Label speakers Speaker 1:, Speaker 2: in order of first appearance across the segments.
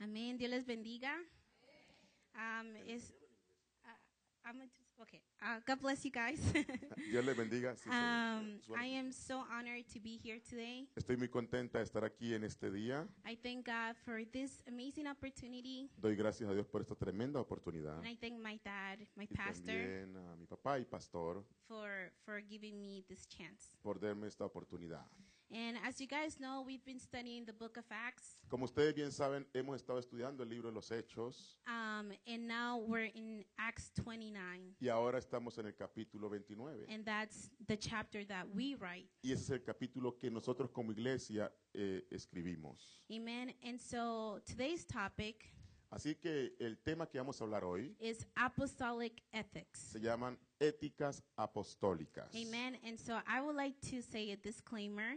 Speaker 1: Amén. Dios les bendiga. Um, is, uh, I'm gonna just- okay. Uh, God bless you guys.
Speaker 2: Dios les bendiga. sí, señor.
Speaker 1: um, I am so honored to be here today.
Speaker 2: Estoy muy contenta de estar aquí en este día.
Speaker 1: I thank God for this amazing opportunity,
Speaker 2: Doy gracias a Dios por esta tremenda oportunidad.
Speaker 1: and I thank my dad, my
Speaker 2: Y
Speaker 1: pastor,
Speaker 2: también a mi papá y pastor
Speaker 1: for for giving me this chance.
Speaker 2: por darme esta oportunidad.
Speaker 1: And as you guys know, we've been studying the Book of Acts,
Speaker 2: Como ustedes bien saben, hemos estado estudiando el libro de los Hechos
Speaker 1: um, and now we're in Acts 29,
Speaker 2: y ahora estamos en el capítulo 29.
Speaker 1: and that's the chapter that we write.
Speaker 2: Y ese es el capítulo que nosotros como iglesia eh, escribimos.
Speaker 1: Amen. And so today's topic
Speaker 2: Así que el tema que vamos a hablar hoy
Speaker 1: is apostolic ethics.
Speaker 2: se llaman éticas apostólicas.
Speaker 1: Amen. And so I would like to say a disclaimer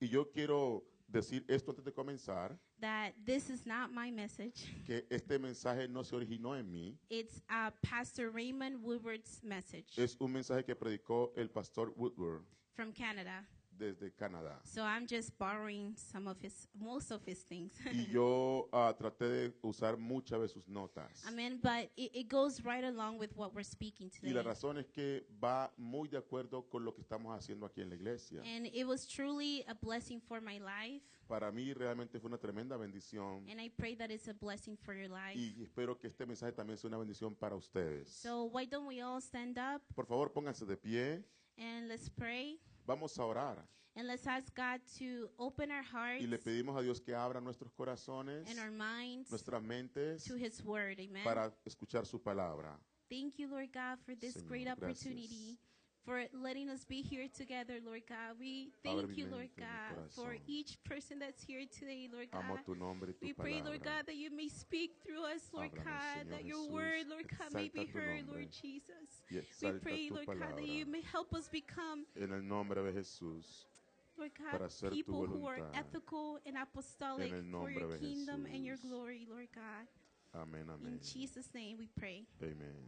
Speaker 2: Y yo quiero decir esto antes de comenzar,
Speaker 1: that this is not my message.
Speaker 2: que este mensaje no se originó en mí,
Speaker 1: It's uh, Pastor Raymond Woodward's message
Speaker 2: Es un mensaje que predicó el pastor Woodward
Speaker 1: from Canada.
Speaker 2: desde Canadá.
Speaker 1: So I'm just borrowing some of his, most of his things.
Speaker 2: Y yo ah, traté de usar muchas de sus notas.
Speaker 1: Amen. But it, it goes right along with what we're speaking
Speaker 2: Y
Speaker 1: today.
Speaker 2: la razón es que va muy de acuerdo con lo que estamos haciendo aquí en la iglesia.
Speaker 1: And it was truly a blessing for my life.
Speaker 2: Para mí realmente fue una tremenda bendición
Speaker 1: And I pray that it's a blessing for your life.
Speaker 2: Mm. y espero que este mensaje también sea una bendición para ustedes.
Speaker 1: So why don't we all stand up
Speaker 2: Por favor, pónganse de pie.
Speaker 1: and let's pray.
Speaker 2: Vamos a orar
Speaker 1: And let's ask God to open our hearts
Speaker 2: y le pedimos a Dios que abra nuestros corazones,
Speaker 1: and our minds
Speaker 2: nuestras mentes
Speaker 1: to His Word. Amen.
Speaker 2: para escuchar su palabra.
Speaker 1: Thank you, Lord God, for this
Speaker 2: Señor,
Speaker 1: great
Speaker 2: gracias.
Speaker 1: opportunity, for letting us be here together, Lord God. We
Speaker 2: Abre
Speaker 1: thank
Speaker 2: mi
Speaker 1: you, Lord
Speaker 2: mente, mi
Speaker 1: God, for
Speaker 2: corazón.
Speaker 1: each person that's here today, Lord
Speaker 2: Amo
Speaker 1: God.
Speaker 2: tu nombre y tu
Speaker 1: We pray, Lord
Speaker 2: palabra.
Speaker 1: God, that you may speak through us, Lord
Speaker 2: Háblame,
Speaker 1: God,
Speaker 2: Señor
Speaker 1: that your
Speaker 2: Jesús,
Speaker 1: word, Lord God, may be
Speaker 2: exalta tu
Speaker 1: heard,
Speaker 2: nombre
Speaker 1: Lord Jesus.
Speaker 2: y
Speaker 1: We
Speaker 2: exalta
Speaker 1: pray,
Speaker 2: tu
Speaker 1: Lord God, that you
Speaker 2: palabra.
Speaker 1: may help us become,
Speaker 2: En el nombre de Jesús.
Speaker 1: Lord
Speaker 2: para
Speaker 1: God,
Speaker 2: hacer tu
Speaker 1: people who are
Speaker 2: voluntad.
Speaker 1: ethical and apostolic
Speaker 2: el
Speaker 1: for your
Speaker 2: nombre de
Speaker 1: kingdom and your
Speaker 2: Jesús.
Speaker 1: glory, Lord God.
Speaker 2: Amén,
Speaker 1: In
Speaker 2: amén.
Speaker 1: Jesus' name we pray.
Speaker 2: Amén.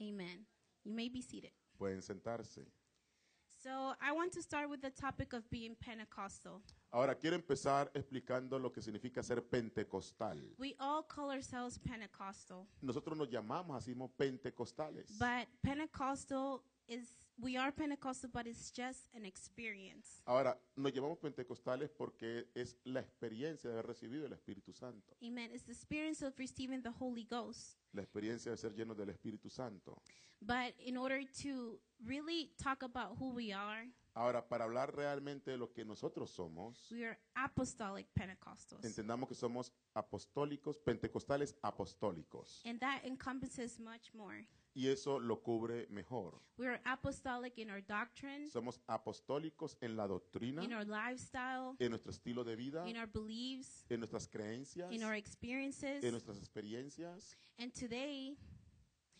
Speaker 1: Amen. You may be seated.
Speaker 2: Pueden sentarse.
Speaker 1: So, I want to start with the topic of being Pentecostal.
Speaker 2: Ahora quiero empezar explicando lo que significa ser pentecostal.
Speaker 1: We all call ourselves Pentecostal,
Speaker 2: Nosotros nos llamamos así mismo pentecostales,
Speaker 1: but Pentecostal is, we are Pentecostal, but it's just an experience.
Speaker 2: Ahora nos llamamos pentecostales porque es la experiencia de haber recibido el Espíritu Santo,
Speaker 1: Amen. It's the experience of receiving the Holy Ghost.
Speaker 2: la experiencia de ser llenos del Espíritu Santo.
Speaker 1: But in order to really talk about who we are,
Speaker 2: Ahora para hablar realmente de lo que nosotros somos,
Speaker 1: we are apostolic Pentecostals.
Speaker 2: entendamos que somos apostólicos, pentecostales apostólicos,
Speaker 1: And that encompasses much more.
Speaker 2: y eso lo cubre mejor.
Speaker 1: We are apostolic in our doctrine,
Speaker 2: Somos apostólicos en la doctrina,
Speaker 1: in our lifestyle,
Speaker 2: en nuestro estilo de vida,
Speaker 1: in our beliefs,
Speaker 2: en nuestras creencias,
Speaker 1: in our experiences.
Speaker 2: en nuestras experiencias.
Speaker 1: And today,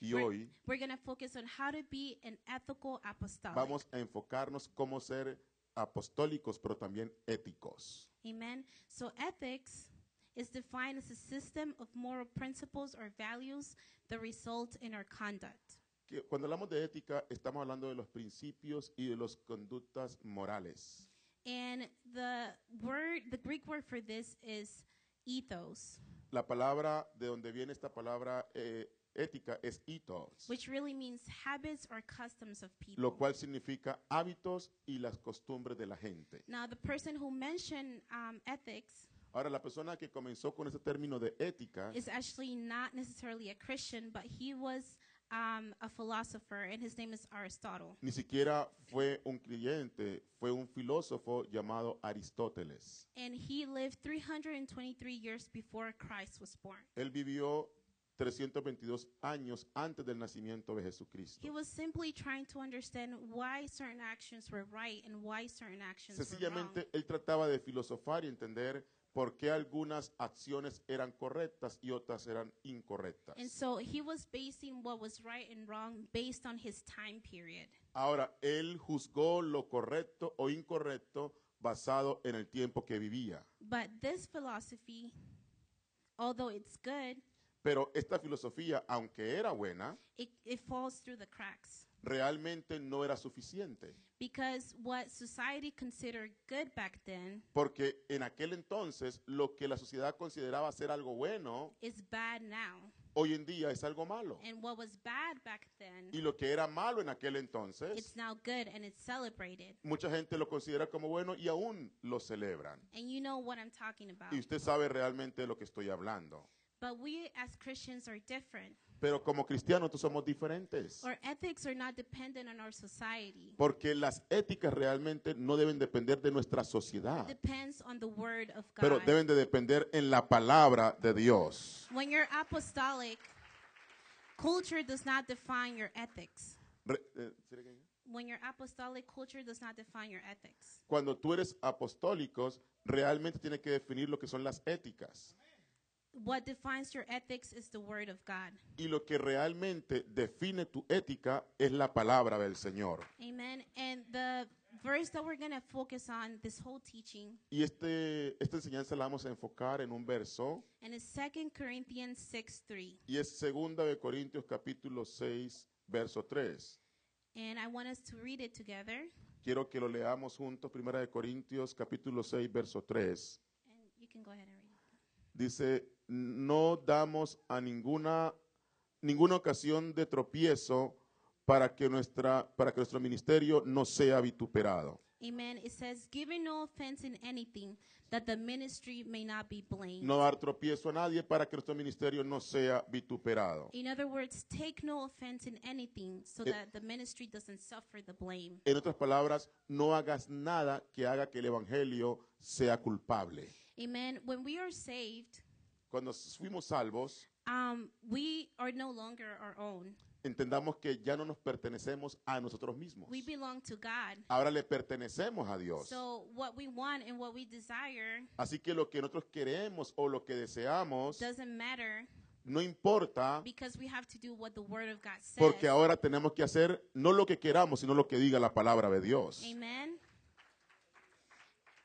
Speaker 2: Y
Speaker 1: we're,
Speaker 2: hoy
Speaker 1: we're going to focus on how to be an ethical apostolic.
Speaker 2: vamos a enfocarnos cómo ser apostólicos, pero también éticos.
Speaker 1: Amen. So, ethics is defined as a system of moral principles or values that result in our conduct.
Speaker 2: Que cuando hablamos de ética, estamos hablando de los principios y de las conductas morales.
Speaker 1: And the word, the Greek word for this is ethos,
Speaker 2: La palabra de donde viene esta palabra eh, ética es ethos,
Speaker 1: which really means habits or customs of people.
Speaker 2: lo cual significa hábitos y las costumbres de la gente.
Speaker 1: Now, the person who mentioned um, ethics
Speaker 2: Ahora, la persona que comenzó con ese término de ética
Speaker 1: is actually not necessarily a Christian, but he was um, a philosopher, and his name is Aristotle.
Speaker 2: Ni siquiera fue un creyente, fue un filósofo llamado Aristóteles.
Speaker 1: And he lived 323 years before Christ was born.
Speaker 2: Él vivió 322 años antes del nacimiento de Jesucristo.
Speaker 1: He was simply trying to understand why certain actions were right and why certain actions were wrong.
Speaker 2: Sencillamente él trataba de filosofar y entender por qué algunas acciones eran correctas y otras eran incorrectas.
Speaker 1: And so he was basing what was right and wrong based on his time period.
Speaker 2: Ahora, él juzgó lo correcto o incorrecto basado en el tiempo que vivía.
Speaker 1: But this philosophy, although it's good,
Speaker 2: Pero esta filosofía, aunque era buena,
Speaker 1: it, it falls through the cracks
Speaker 2: realmente no era suficiente.
Speaker 1: because what society considered good back then
Speaker 2: Porque en aquel entonces lo que la sociedad consideraba ser algo bueno,
Speaker 1: is bad now,
Speaker 2: hoy en día es algo malo.
Speaker 1: and what was bad back
Speaker 2: Y
Speaker 1: then,
Speaker 2: lo que era malo en aquel
Speaker 1: it's
Speaker 2: entonces,
Speaker 1: now good and it's celebrated.
Speaker 2: mucha gente lo considera como bueno y aún lo celebran.
Speaker 1: And you know what I'm talking about.
Speaker 2: Y usted sabe realmente de lo que estoy hablando.
Speaker 1: But we as Christians are different.
Speaker 2: Pero como cristianos nosotros somos diferentes.
Speaker 1: Our ethics are not dependent on our society.
Speaker 2: Porque las éticas realmente no deben depender de nuestra sociedad,
Speaker 1: depends on the word of
Speaker 2: pero
Speaker 1: God.
Speaker 2: deben de depender en la palabra de Dios.
Speaker 1: When you're apostolic, culture does not define your ethics.
Speaker 2: Re- eh, ¿sería que-
Speaker 1: When you're apostolic, culture does not define your ethics.
Speaker 2: Cuando tú eres apostólicos, realmente tienes que definir lo que son las éticas.
Speaker 1: What defines your ethics is the word of God.
Speaker 2: Y lo que realmente define tu ética es la palabra del Señor.
Speaker 1: Amen. And the verse that we're going to focus on this whole teaching
Speaker 2: Y este, esta enseñanza la vamos a enfocar en un verso,
Speaker 1: and is 2 Corinthians 6 3.
Speaker 2: y es 2 de Corintios capítulo 6, verso 3.
Speaker 1: And I want us to read it together.
Speaker 2: Quiero que lo leamos juntos, 1 de Corintios capítulo 6, verso 3.
Speaker 1: And you can go ahead and read it.
Speaker 2: Dice, no damos a ninguna, ninguna ocasión de tropiezo para que, nuestra, para que nuestro ministerio no sea vituperado.
Speaker 1: Amen. It says, giving no offense in anything, that the ministry may not be blamed.
Speaker 2: No dar tropiezo a nadie para que nuestro ministerio no sea vituperado.
Speaker 1: In other words, take no offense in anything so
Speaker 2: Eh.
Speaker 1: that the ministry doesn't suffer the blame.
Speaker 2: En otras palabras, no hagas nada que haga que el Evangelio sea culpable.
Speaker 1: Amen. When we are saved,
Speaker 2: Cuando fuimos salvos,
Speaker 1: um, we are no longer our own.
Speaker 2: entendamos que ya no nos pertenecemos a nosotros mismos.
Speaker 1: We belong to God.
Speaker 2: Ahora le pertenecemos a Dios.
Speaker 1: So what we want and what we desire
Speaker 2: Así que lo que nosotros queremos o lo que deseamos
Speaker 1: doesn't matter
Speaker 2: no importa
Speaker 1: because we have to do what the Word of God says.
Speaker 2: porque ahora tenemos que hacer no lo que queramos, sino lo que diga la palabra de Dios.
Speaker 1: Amen.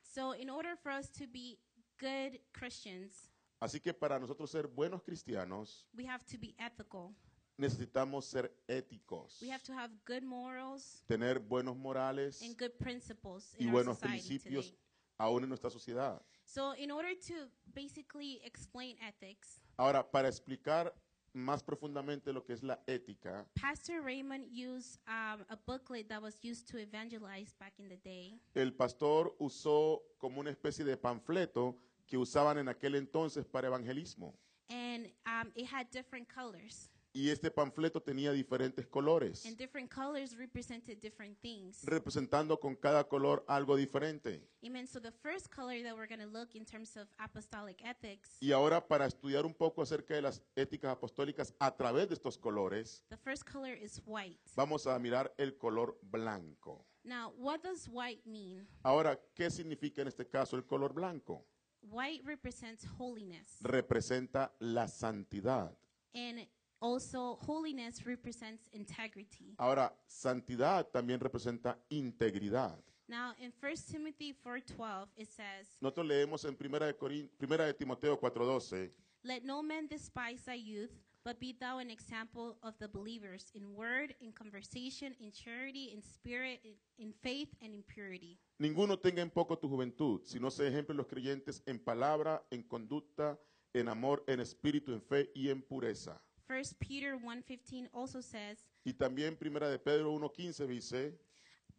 Speaker 1: So in order for us to be good Christians,
Speaker 2: Así que para nosotros ser buenos cristianos,
Speaker 1: we have to be ethical.
Speaker 2: necesitamos ser éticos,
Speaker 1: We have to have good morals
Speaker 2: tener buenos morales
Speaker 1: and good principles
Speaker 2: y
Speaker 1: in our
Speaker 2: buenos
Speaker 1: society
Speaker 2: principios
Speaker 1: today.
Speaker 2: aún en nuestra sociedad.
Speaker 1: So, in order to basically explain ethics,
Speaker 2: Ahora, para explicar más profundamente lo que es la ética,
Speaker 1: Pastor Raymond used um, a booklet that was used to evangelize back in the day.
Speaker 2: el pastor usó como una especie de panfleto que usaban en aquel entonces para evangelismo.
Speaker 1: And um, it had different colors,
Speaker 2: Y este panfleto tenía diferentes colores.
Speaker 1: and different colors represented different things.
Speaker 2: representando con cada color algo diferente.
Speaker 1: Amen. So, the first color that we're going to look in terms of apostolic ethics,
Speaker 2: Y ahora para estudiar un poco acerca de las éticas apostólicas a través de estos colores,
Speaker 1: the first color is white.
Speaker 2: vamos a mirar el color blanco.
Speaker 1: Now, what does white mean?
Speaker 2: Ahora, ¿qué significa en este caso el color blanco?
Speaker 1: White represents holiness,
Speaker 2: Representa la santidad.
Speaker 1: and also holiness represents integrity.
Speaker 2: Ahora, santidad también representa integridad.
Speaker 1: Now in 1 Timothy 4:12 it says,
Speaker 2: Nosotros leemos en Primera de, Corin- primera de Timoteo 4:12,
Speaker 1: "Let no man despise thy youth, but be thou an example of the believers in word, in conversation, in charity, in spirit, in, in faith and in purity."
Speaker 2: ninguno tenga en poco tu juventud, sino sé ejemplo de los creyentes en palabra, en conducta, en amor, en espíritu, en fe y en pureza.
Speaker 1: 1 Peter 1:15 also says,
Speaker 2: Y también Primera de Pedro 1.15 dice,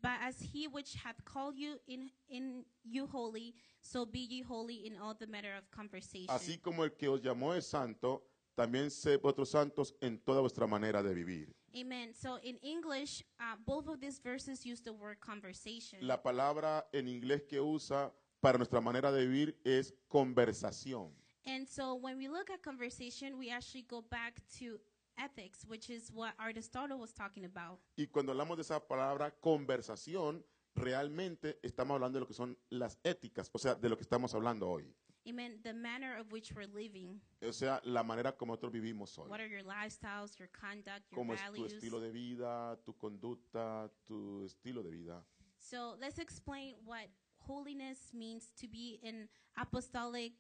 Speaker 1: "But as he which hath called you in in you holy, so be ye holy in all the matter of conversation."
Speaker 2: así como el que os llamó es santo, también sed vosotros santos en toda vuestra manera de vivir.
Speaker 1: Amen. So in English, uh, both of these verses use the word conversation.
Speaker 2: La palabra en inglés que usa para nuestra manera de vivir es conversación.
Speaker 1: And so when we look at conversation, we actually go back to ethics, which is what Aristotle was talking about.
Speaker 2: Y cuando hablamos de esa palabra conversación, realmente estamos hablando de lo que son las éticas, o sea, de lo que estamos hablando hoy.
Speaker 1: It meant the manner of which we're living.
Speaker 2: O sea, la manera como nosotros vivimos hoy.
Speaker 1: What are your lifestyles, your conduct, your
Speaker 2: Cómo es tu
Speaker 1: values?
Speaker 2: estilo de vida, tu conducta, tu estilo de vida.
Speaker 1: So let's explain what holiness means to be an apostolic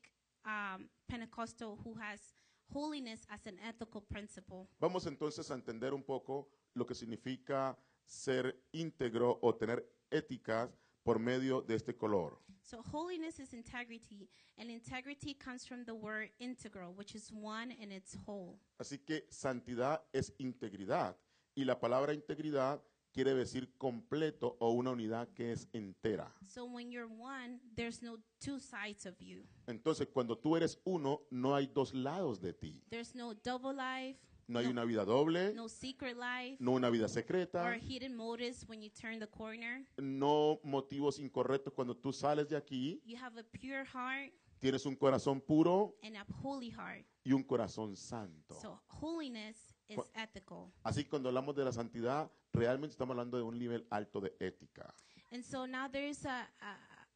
Speaker 1: um, Pentecostal who has holiness as an ethical principle.
Speaker 2: Vamos entonces a entender un poco lo que significa ser íntegro o tener éticas por medio de este color.
Speaker 1: So holiness is integrity, and integrity comes from the word integral, which is one and it's whole.
Speaker 2: Así que santidad es integridad y la palabra integridad quiere decir completo o una unidad que es entera.
Speaker 1: So when you're one, there's no two sides of you.
Speaker 2: Entonces, cuando tú eres uno, no hay dos lados de ti.
Speaker 1: There's no double life,
Speaker 2: No hay una vida doble,
Speaker 1: no secret life,
Speaker 2: no una vida
Speaker 1: or
Speaker 2: secreta,
Speaker 1: hidden motives when you turn the corner.
Speaker 2: no motivos incorrectos cuando tú sales de aquí.
Speaker 1: You have a pure heart
Speaker 2: Tienes un corazón puro
Speaker 1: and a holy heart.
Speaker 2: y un corazón santo.
Speaker 1: So holiness is
Speaker 2: Cu-
Speaker 1: ethical.
Speaker 2: Así que cuando hablamos de la santidad, realmente estamos hablando de un nivel alto de ética.
Speaker 1: And so now there's a,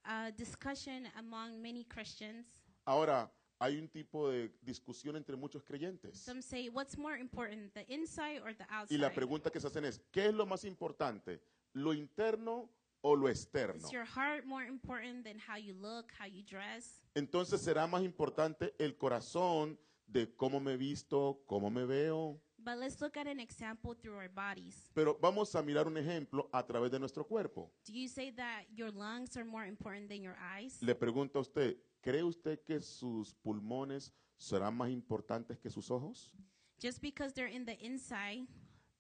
Speaker 1: a, a discussion among many Christians.
Speaker 2: Ahora, hay un tipo de discusión entre muchos creyentes.
Speaker 1: Some say, what's more important, the inside or the
Speaker 2: Y
Speaker 1: outside?
Speaker 2: la pregunta que se hacen es, ¿qué es lo más importante? ¿Lo interno o lo externo?
Speaker 1: Is your heart more important than how you look, how you dress?
Speaker 2: Entonces será más importante el corazón de cómo me visto, cómo me veo.
Speaker 1: But let's look at an example through our bodies.
Speaker 2: Pero vamos a mirar un ejemplo a través de nuestro cuerpo.
Speaker 1: Do you say that your lungs are more important than your eyes?
Speaker 2: Le pregunto a usted, ¿cree usted que sus pulmones serán más importantes que sus ojos?
Speaker 1: Just because they're in the inside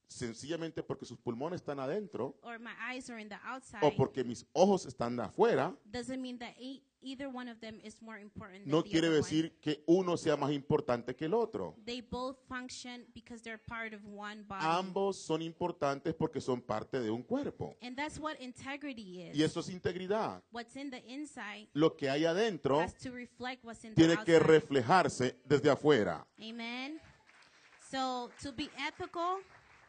Speaker 2: Sencillamente porque sus pulmones están adentro
Speaker 1: or my eyes are in the outside
Speaker 2: o porque mis ojos están afuera,
Speaker 1: doesn't mean that e- either one of them is more important than
Speaker 2: no
Speaker 1: the
Speaker 2: quiere
Speaker 1: other one.
Speaker 2: decir que uno sea más importante que el otro.
Speaker 1: They both function because they're part of one body.
Speaker 2: Ambos son importantes porque son parte de un cuerpo.
Speaker 1: And that's what integrity is.
Speaker 2: Y eso es integridad.
Speaker 1: What's in the inside
Speaker 2: Lo que hay adentro
Speaker 1: has to reflect what's in the
Speaker 2: tiene que
Speaker 1: outside.
Speaker 2: reflejarse desde afuera.
Speaker 1: Amen. So to be ethical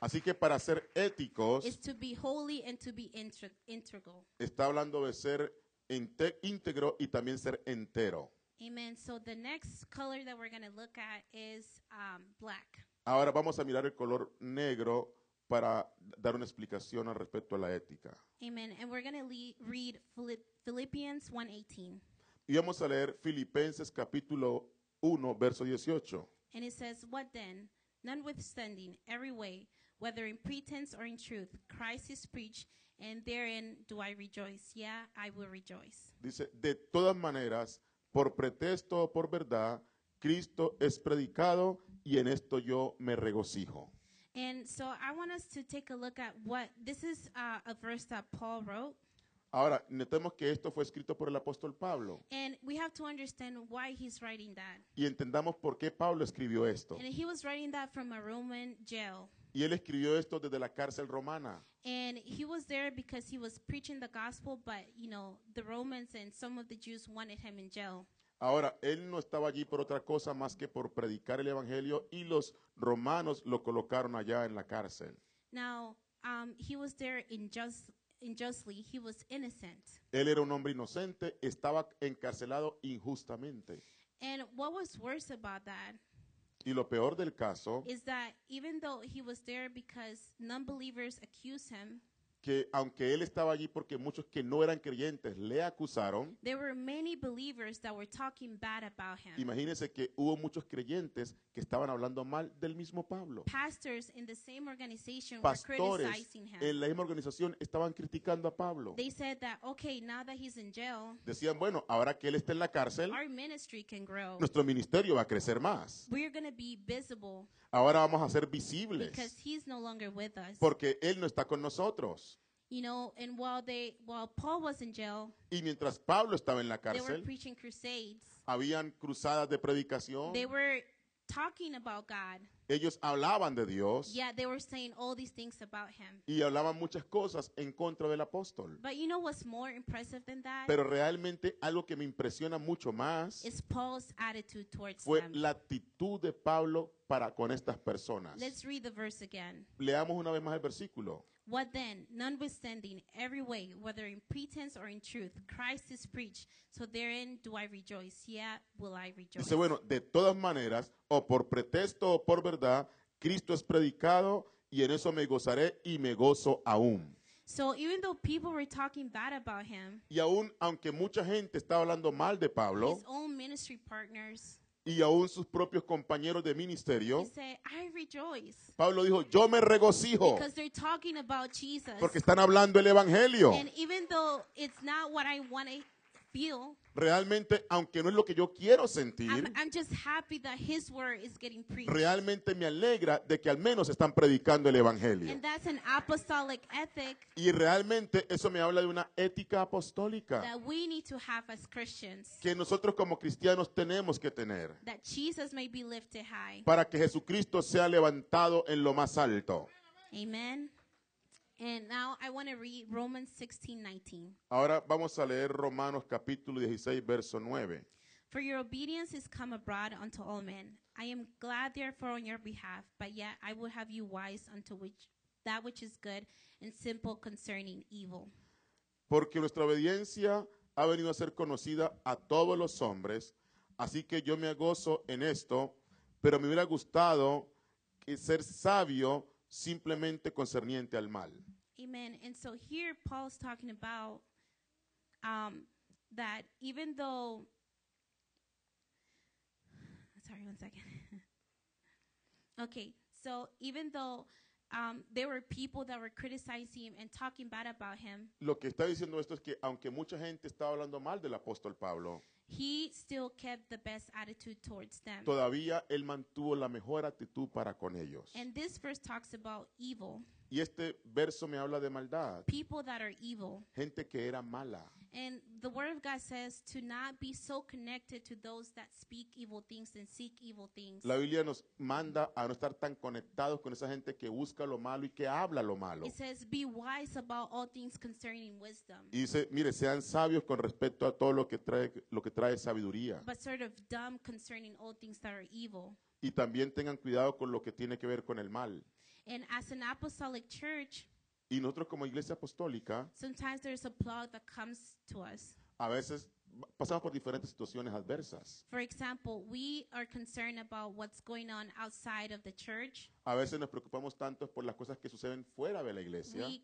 Speaker 2: Así que para ser éticos,
Speaker 1: is to be holy and to be integ- integral.
Speaker 2: está hablando de ser inte- íntegro y también ser entero.
Speaker 1: Amen. So the next color that we're going to look at is um, black.
Speaker 2: Ahora vamos a mirar el color negro para dar una explicación al respecto a la ética.
Speaker 1: Amen. And we're going to le- read Philipp- Philippians 1:18.
Speaker 2: Y vamos a leer Filipenses capítulo 1, verso 18.
Speaker 1: And it says, "What then? Notwithstanding, every way, whether in pretense or in truth, Christ is preached, and therein do I rejoice. Yeah, I will rejoice."
Speaker 2: Dice, de todas maneras, por pretexto o por verdad, Cristo es predicado y en esto yo me regocijo.
Speaker 1: And so I want us to take a look at what this is uh, a verse that Paul wrote.
Speaker 2: Ahora, notemos que esto fue escrito por el apóstol Pablo
Speaker 1: And we have to understand why he's writing that.
Speaker 2: y entendamos por qué Pablo escribió esto.
Speaker 1: And he was writing that from a Roman jail.
Speaker 2: Y él escribió esto desde la cárcel romana.
Speaker 1: And he was there because he was preaching the gospel, but you know, the Romans and some of the Jews wanted him in jail.
Speaker 2: Ahora, él no estaba allí por otra cosa más que por predicar el evangelio y los romanos lo colocaron allá en la cárcel.
Speaker 1: Now, um, he was there injust, unjustly. He was innocent.
Speaker 2: Él era un hombre inocente, estaba encarcelado injustamente.
Speaker 1: And what was worse about that
Speaker 2: Y lo peor del caso
Speaker 1: is that even though he was there because non believers accused him,
Speaker 2: que aunque él estaba allí porque muchos que no eran creyentes le acusaron,
Speaker 1: there were many believers that were talking bad about him.
Speaker 2: imagínense que hubo muchos creyentes que estaban hablando mal del mismo Pablo.
Speaker 1: Pastors in the same organization were
Speaker 2: Pastores
Speaker 1: criticizing him.
Speaker 2: en la misma organización estaban criticando a Pablo.
Speaker 1: They said that, okay, now that he's in jail,
Speaker 2: Decían, bueno, ahora que él está en la cárcel,
Speaker 1: our ministry can grow.
Speaker 2: nuestro ministerio va a crecer más.
Speaker 1: We're going to be visible
Speaker 2: Ahora vamos a ser
Speaker 1: because
Speaker 2: visibles
Speaker 1: he's no longer with us.
Speaker 2: porque él no está con nosotros.
Speaker 1: You know, and while they while Paul was in jail,
Speaker 2: Y mientras Pablo estaba en la
Speaker 1: they were
Speaker 2: cárcel,
Speaker 1: preaching crusades.
Speaker 2: habían cruzadas de predicación,
Speaker 1: They were talking about God.
Speaker 2: ellos hablaban de Dios
Speaker 1: Yeah, they were saying all these things about him.
Speaker 2: y hablaban muchas cosas en contra del apóstol.
Speaker 1: But you know what's more impressive than that
Speaker 2: Pero realmente algo que me impresiona mucho más
Speaker 1: is Paul's attitude towards
Speaker 2: fue
Speaker 1: them.
Speaker 2: la actitud de Pablo para con estas personas.
Speaker 1: Let's read the verse again.
Speaker 2: Leamos una vez más el versículo.
Speaker 1: What then? Notwithstanding, every way, whether in pretense or in truth, Christ is preached. So therein do I rejoice. Yet will I rejoice.
Speaker 2: Dice, bueno, de todas maneras, o por pretexto o por verdad, Cristo es predicado y en eso me gozaré y me gozo aún.
Speaker 1: So even though people were talking bad about him,
Speaker 2: Y aún, aunque mucha gente estaba hablando mal de Pablo
Speaker 1: his own ministry partners,
Speaker 2: y aún sus propios compañeros de
Speaker 1: he
Speaker 2: ministerio,
Speaker 1: said, I rejoice.
Speaker 2: Pablo dijo, yo me regocijo
Speaker 1: Because they're talking about Jesus.
Speaker 2: Oh. porque están hablando el Evangelio.
Speaker 1: And even though it's not what I want to feel,
Speaker 2: Realmente, aunque no es lo que yo quiero
Speaker 1: I'm,
Speaker 2: sentir,
Speaker 1: I'm just happy that his word is getting preached.
Speaker 2: realmente me alegra de que al menos están predicando el Evangelio.
Speaker 1: And that's an apostolic ethic
Speaker 2: Y realmente eso me habla de una ética apostólica
Speaker 1: that we need to have as Christians.
Speaker 2: que nosotros como cristianos tenemos que tener
Speaker 1: That Jesus may be lifted high.
Speaker 2: para que Jesucristo sea levantado en lo más alto.
Speaker 1: Amen. And now I want to read Romans 16 19.
Speaker 2: Ahora vamos a leer Romanos capítulo 16, verso 9.
Speaker 1: For your obedience is come abroad unto all men. I am glad therefore on your behalf, but yet I would have you wise unto which that which is good and simple concerning evil.
Speaker 2: Porque nuestra obediencia ha venido a ser conocida a todos los hombres, así que yo me gozo en esto, pero me hubiera gustado que ser sabio simplemente concerniente al mal.
Speaker 1: Amen. And so here Paul's talking about um, that even though, sorry, one second. okay, so even though um, there were people that were criticizing him and talking bad about him,
Speaker 2: Lo que está diciendo esto es que aunque mucha gente estaba hablando mal del apóstol Pablo,
Speaker 1: he still kept the best attitude towards them.
Speaker 2: todavía él mantuvo la mejor actitud para con ellos.
Speaker 1: And this verse talks about evil,
Speaker 2: Y este verso me habla de maldad,
Speaker 1: people that are evil.
Speaker 2: gente que era mala.
Speaker 1: And the word of God says to not be so connected to those that speak evil things and seek evil things.
Speaker 2: La Biblia nos manda a no estar tan conectados con esa gente que busca lo malo y que habla lo malo.
Speaker 1: It says, Be wise about all things concerning wisdom,
Speaker 2: Y dice, mire, sean sabios con respecto a todo lo que trae, lo que trae sabiduría.
Speaker 1: but sort of dumb concerning all things that are evil.
Speaker 2: Y también tengan cuidado con lo que tiene que ver con el mal.
Speaker 1: And as an apostolic church,
Speaker 2: Y nosotros como iglesia apostólica,
Speaker 1: sometimes there's a plot that comes to us.
Speaker 2: a veces pasamos por diferentes situaciones adversas.
Speaker 1: For example, we are concerned about what's going on outside of the church.
Speaker 2: A veces nos preocupamos tanto por las cosas que suceden fuera de la iglesia.
Speaker 1: We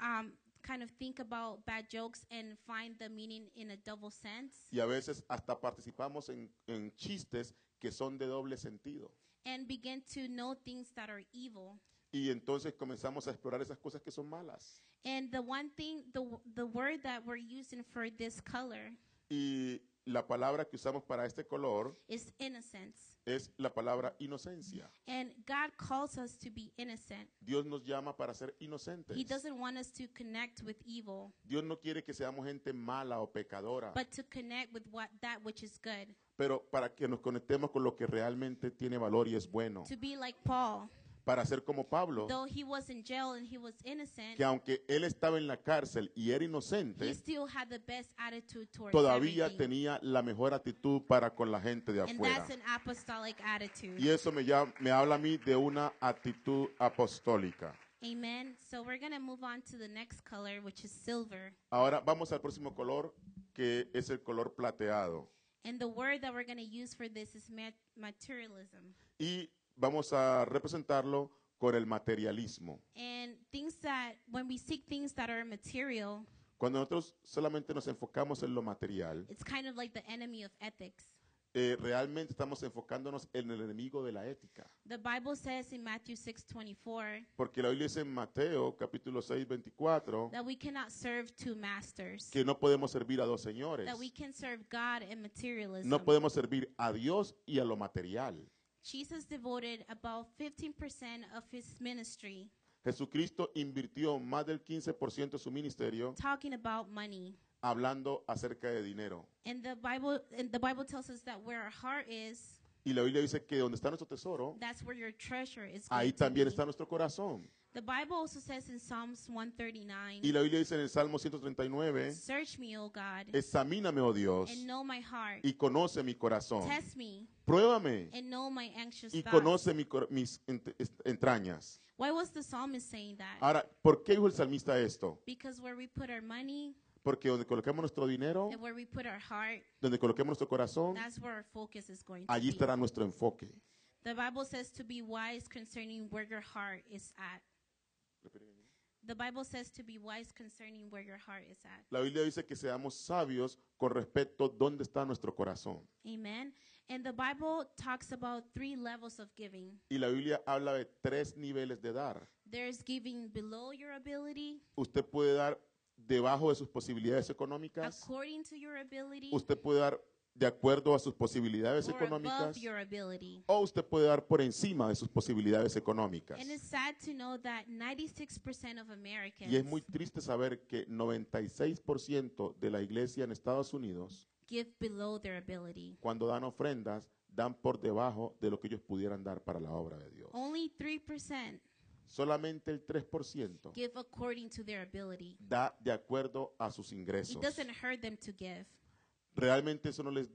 Speaker 1: um, kind of think about bad jokes and find the meaning in a double sense.
Speaker 2: Y a veces hasta participamos en, en chistes que son de doble sentido.
Speaker 1: and begin to know things that are evil.
Speaker 2: Y entonces comenzamos a explorar esas cosas que son malas.
Speaker 1: And the one thing, the w- the word that we're using for this color
Speaker 2: Y la palabra que usamos para este color
Speaker 1: is innocence.
Speaker 2: es la palabra inocencia.
Speaker 1: And God calls us to be innocent.
Speaker 2: Dios nos llama para ser inocentes.
Speaker 1: He doesn't want us to connect with evil,
Speaker 2: Dios no quiere que seamos gente mala o pecadora,
Speaker 1: but to connect with what that which is good.
Speaker 2: pero para que nos conectemos con lo que realmente tiene valor y es bueno.
Speaker 1: To be like Paul,
Speaker 2: Para ser como Pablo,
Speaker 1: though he was in jail and he was innocent,
Speaker 2: Oh. que aunque él estaba en la cárcel y era
Speaker 1: he
Speaker 2: inocente,
Speaker 1: still had the best attitude towards
Speaker 2: todavía
Speaker 1: everything.
Speaker 2: tenía la mejor actitud para con la gente de
Speaker 1: And
Speaker 2: afuera.
Speaker 1: that's an apostolic attitude.
Speaker 2: Y eso me, llam- me habla a mí de una actitud apostólica.
Speaker 1: Amen. So we're gonna move on to the next color, which is silver.
Speaker 2: Ahora vamos al próximo color, que es el color plateado.
Speaker 1: And the word that we're going to use for this is mat- materialism.
Speaker 2: Y vamos a representarlo con el materialismo.
Speaker 1: And things that, when we seek things that are material,
Speaker 2: Cuando nosotros solamente nos enfocamos en lo material,
Speaker 1: it's kind of like the enemy of ethics.
Speaker 2: eh, realmente estamos enfocándonos en el enemigo de la ética.
Speaker 1: The Bible says in Matthew 6:24
Speaker 2: Porque la Biblia dice en Mateo capítulo 6, 24,
Speaker 1: that we cannot serve two masters.
Speaker 2: que no podemos servir a dos señores.
Speaker 1: That we can serve God and materialism.
Speaker 2: No podemos servir a Dios y a lo material.
Speaker 1: Jesus devoted about 15% of his ministry
Speaker 2: Jesucristo invirtió más del 15% de su ministerio
Speaker 1: talking about money.
Speaker 2: hablando acerca de dinero.
Speaker 1: And the Bible and the Bible tells us that where our heart is,
Speaker 2: Y la Biblia dice que donde está nuestro tesoro,
Speaker 1: that's where your treasure is. going
Speaker 2: ahí
Speaker 1: to
Speaker 2: también
Speaker 1: be.
Speaker 2: está nuestro corazón.
Speaker 1: The Bible also says in Psalms 139,
Speaker 2: Y la Biblia dice en el Salmo 139,
Speaker 1: Search me, O God,
Speaker 2: examíname, oh Dios,
Speaker 1: and know my heart.
Speaker 2: y conoce mi corazón.
Speaker 1: Test me,
Speaker 2: Pruébame
Speaker 1: and know my anxious
Speaker 2: y
Speaker 1: thoughts.
Speaker 2: conoce mi cor- mis ent- est- entrañas.
Speaker 1: Why was the psalmist saying that?
Speaker 2: Ahora, ¿por qué dijo el salmista esto?
Speaker 1: Because where we put our money
Speaker 2: Porque donde colocamos nuestro dinero,
Speaker 1: and where we put our heart,
Speaker 2: donde coloquemos nuestro corazón,
Speaker 1: that's where our focus is going to
Speaker 2: allí
Speaker 1: be.
Speaker 2: estará nuestro enfoque.
Speaker 1: The Bible says to be wise concerning where your heart is at. The Bible says to be wise concerning where your heart is at.
Speaker 2: La Biblia dice que seamos sabios con respecto a dónde está nuestro corazón.
Speaker 1: Amen. And the Bible talks about three levels of giving.
Speaker 2: Y la Biblia habla de tres niveles de dar.
Speaker 1: There's giving below your ability,
Speaker 2: Usted puede dar debajo de sus posibilidades económicas.
Speaker 1: according to your ability,
Speaker 2: Usted puede dar de acuerdo a sus posibilidades
Speaker 1: or above
Speaker 2: económicas.
Speaker 1: your ability.
Speaker 2: O usted puede dar por encima de sus posibilidades económicas.
Speaker 1: And it's sad to know that 96% of
Speaker 2: Y es muy
Speaker 1: Americans
Speaker 2: triste saber que 96% de la iglesia en Estados Unidos,
Speaker 1: give below their ability.
Speaker 2: cuando dan ofrendas, dan por debajo de lo que ellos pudieran dar para la obra de Dios.
Speaker 1: Only 3%
Speaker 2: Solamente el 3%
Speaker 1: give according to their ability.
Speaker 2: da de acuerdo a sus
Speaker 1: It
Speaker 2: ingresos.
Speaker 1: doesn't hurt them to give.
Speaker 2: Realmente eso no les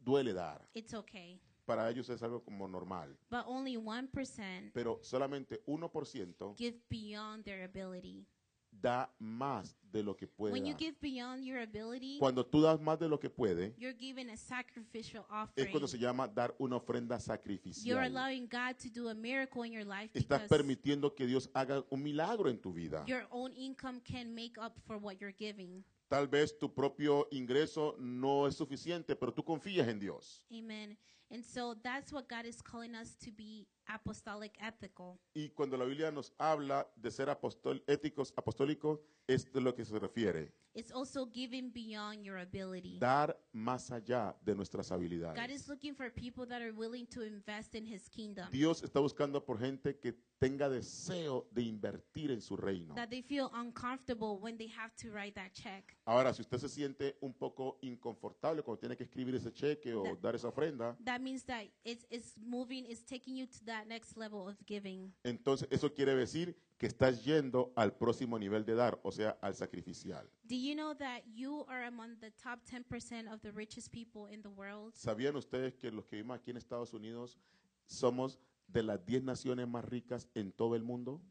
Speaker 2: duele dar.
Speaker 1: It's okay.
Speaker 2: Para ellos es algo como normal.
Speaker 1: But only 1%
Speaker 2: Pero solamente 1%
Speaker 1: give beyond their ability.
Speaker 2: da más de lo que puede.
Speaker 1: When you
Speaker 2: dar.
Speaker 1: give beyond your ability,
Speaker 2: Cuando tú das más de lo que puede,
Speaker 1: you're giving a sacrificial
Speaker 2: es
Speaker 1: offering.
Speaker 2: cuando se llama dar una ofrenda
Speaker 1: You're
Speaker 2: sacrificial.
Speaker 1: allowing God to do a miracle in your life
Speaker 2: Estás
Speaker 1: because
Speaker 2: permitiendo que Dios haga un milagro en tu vida.
Speaker 1: your own income can make up for what you're giving.
Speaker 2: Tal vez tu propio ingreso no es suficiente, pero tú confías en Dios.
Speaker 1: Amen. And so that's what God is calling us to be apostolic ethical.
Speaker 2: Y cuando la Biblia nos habla de ser apostol- éticos, apostólicos, es de lo que se refiere.
Speaker 1: It's also giving beyond your ability.
Speaker 2: Dar más allá de
Speaker 1: God
Speaker 2: nuestras
Speaker 1: is
Speaker 2: habilidades.
Speaker 1: looking for people that are willing to invest in his kingdom.
Speaker 2: Dios está buscando por gente que tenga deseo de invertir en su reino.
Speaker 1: that they feel uncomfortable when they have to write that check.
Speaker 2: Ahora, si usted se siente un poco inconfortable cuando tiene que escribir ese cheque o
Speaker 1: Da-
Speaker 2: dar esa ofrenda,
Speaker 1: That means that it's, it's moving, it's taking you to that next level of giving.
Speaker 2: entonces eso quiere decir que estás yendo al próximo nivel de dar, o sea, al sacrificial.
Speaker 1: Do you know that you are among the top 10% of the richest people in the world?
Speaker 2: ¿Sabían ustedes que los que vivimos aquí en Estados Unidos somos de las 10 naciones más ricas en todo el mundo?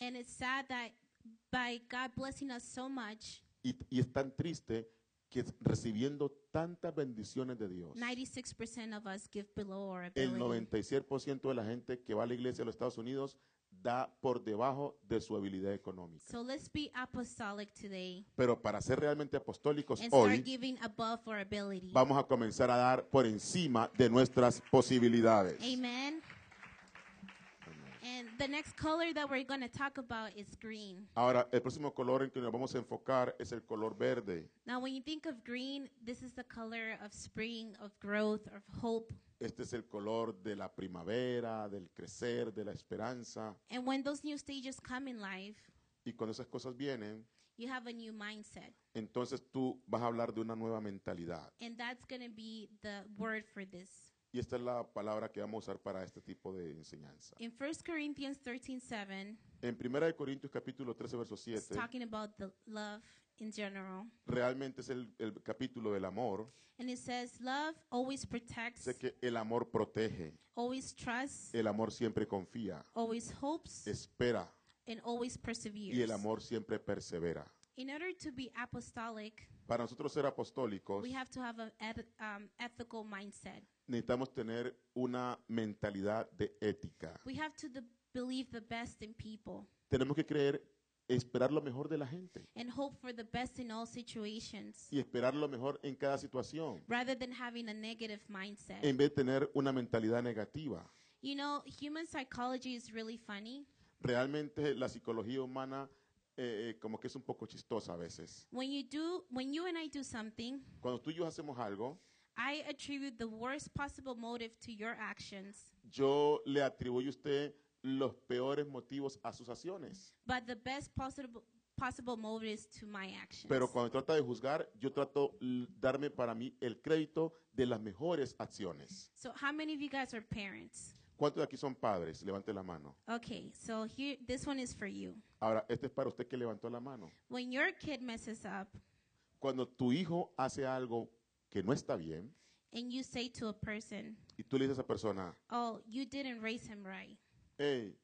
Speaker 1: And it's sad that by God blessing us so much,
Speaker 2: Y, y es tan triste que es- recibiendo tantas bendiciones de Dios,
Speaker 1: 96% of us give below our
Speaker 2: el
Speaker 1: ability.
Speaker 2: 97% de la gente que va a la iglesia de los Estados Unidos da por debajo de su habilidad económica.
Speaker 1: So let's be apostolic today
Speaker 2: Pero para ser realmente apostólicos
Speaker 1: and start
Speaker 2: hoy,
Speaker 1: giving above our ability.
Speaker 2: vamos a comenzar a dar por encima de nuestras posibilidades.
Speaker 1: Amen. And the next color that we're going to talk about is green.
Speaker 2: Ahora, el próximo color en que nos vamos a enfocar es el color verde.
Speaker 1: Now, when you think of green, this is the color of spring, of growth, of hope.
Speaker 2: Este es el color de la primavera, del crecer, de la esperanza.
Speaker 1: And when those new stages come in life,
Speaker 2: Y cuando esas cosas vienen,
Speaker 1: you have a new mindset.
Speaker 2: entonces tú vas a hablar de una nueva mentalidad.
Speaker 1: And that's going to be the word for this.
Speaker 2: Y esta es la palabra que vamos a usar para este tipo de enseñanza.
Speaker 1: In 1 Corinthians 13 7,
Speaker 2: En 1 Corintios capítulo 13, verso
Speaker 1: it's
Speaker 2: 7,
Speaker 1: talking about the love in general.
Speaker 2: realmente es el, el capítulo del amor.
Speaker 1: And it says, Love always protects,
Speaker 2: Dice que el amor protege,
Speaker 1: always trusts,
Speaker 2: el amor siempre confía,
Speaker 1: always hopes,
Speaker 2: espera
Speaker 1: and always
Speaker 2: y
Speaker 1: perseveres.
Speaker 2: el amor siempre persevera.
Speaker 1: In order to be apostolic,
Speaker 2: Para nosotros ser apostólicos,
Speaker 1: we have to have an eth- um, ethical mindset.
Speaker 2: necesitamos tener una mentalidad de ética.
Speaker 1: We have to the, believe the best in people
Speaker 2: Tenemos que creer, esperar lo mejor de la gente
Speaker 1: and hope for the best in all situations
Speaker 2: y esperar lo mejor en cada situación,
Speaker 1: rather than having a negative mindset.
Speaker 2: en vez de tener una mentalidad negativa.
Speaker 1: you know, human psychology is really funny.
Speaker 2: Realmente la psicología humana eh, eh, como que es un poco chistosa a veces.
Speaker 1: When you do, when you and I do something,
Speaker 2: Cuando tú y yo hacemos algo,
Speaker 1: I attribute the worst possible motive to your actions,
Speaker 2: yo le atribuyo a usted los peores motivos a sus acciones.
Speaker 1: but the best possible possible motives to my actions.
Speaker 2: Pero cuando trata de juzgar, yo trato de darme para mí el crédito de las mejores acciones.
Speaker 1: so, how many of you guys are parents?
Speaker 2: ¿Cuántos de aquí son padres? Levante la mano.
Speaker 1: Okay, so here, this one is for you.
Speaker 2: Ahora, este es para usted que levantó la mano.
Speaker 1: When your kid messes up
Speaker 2: Cuando tu hijo hace algo que no está bien
Speaker 1: and you say to a person,
Speaker 2: y tú le dices a esa persona,
Speaker 1: Oh, you didn't raise him right.
Speaker 2: hey,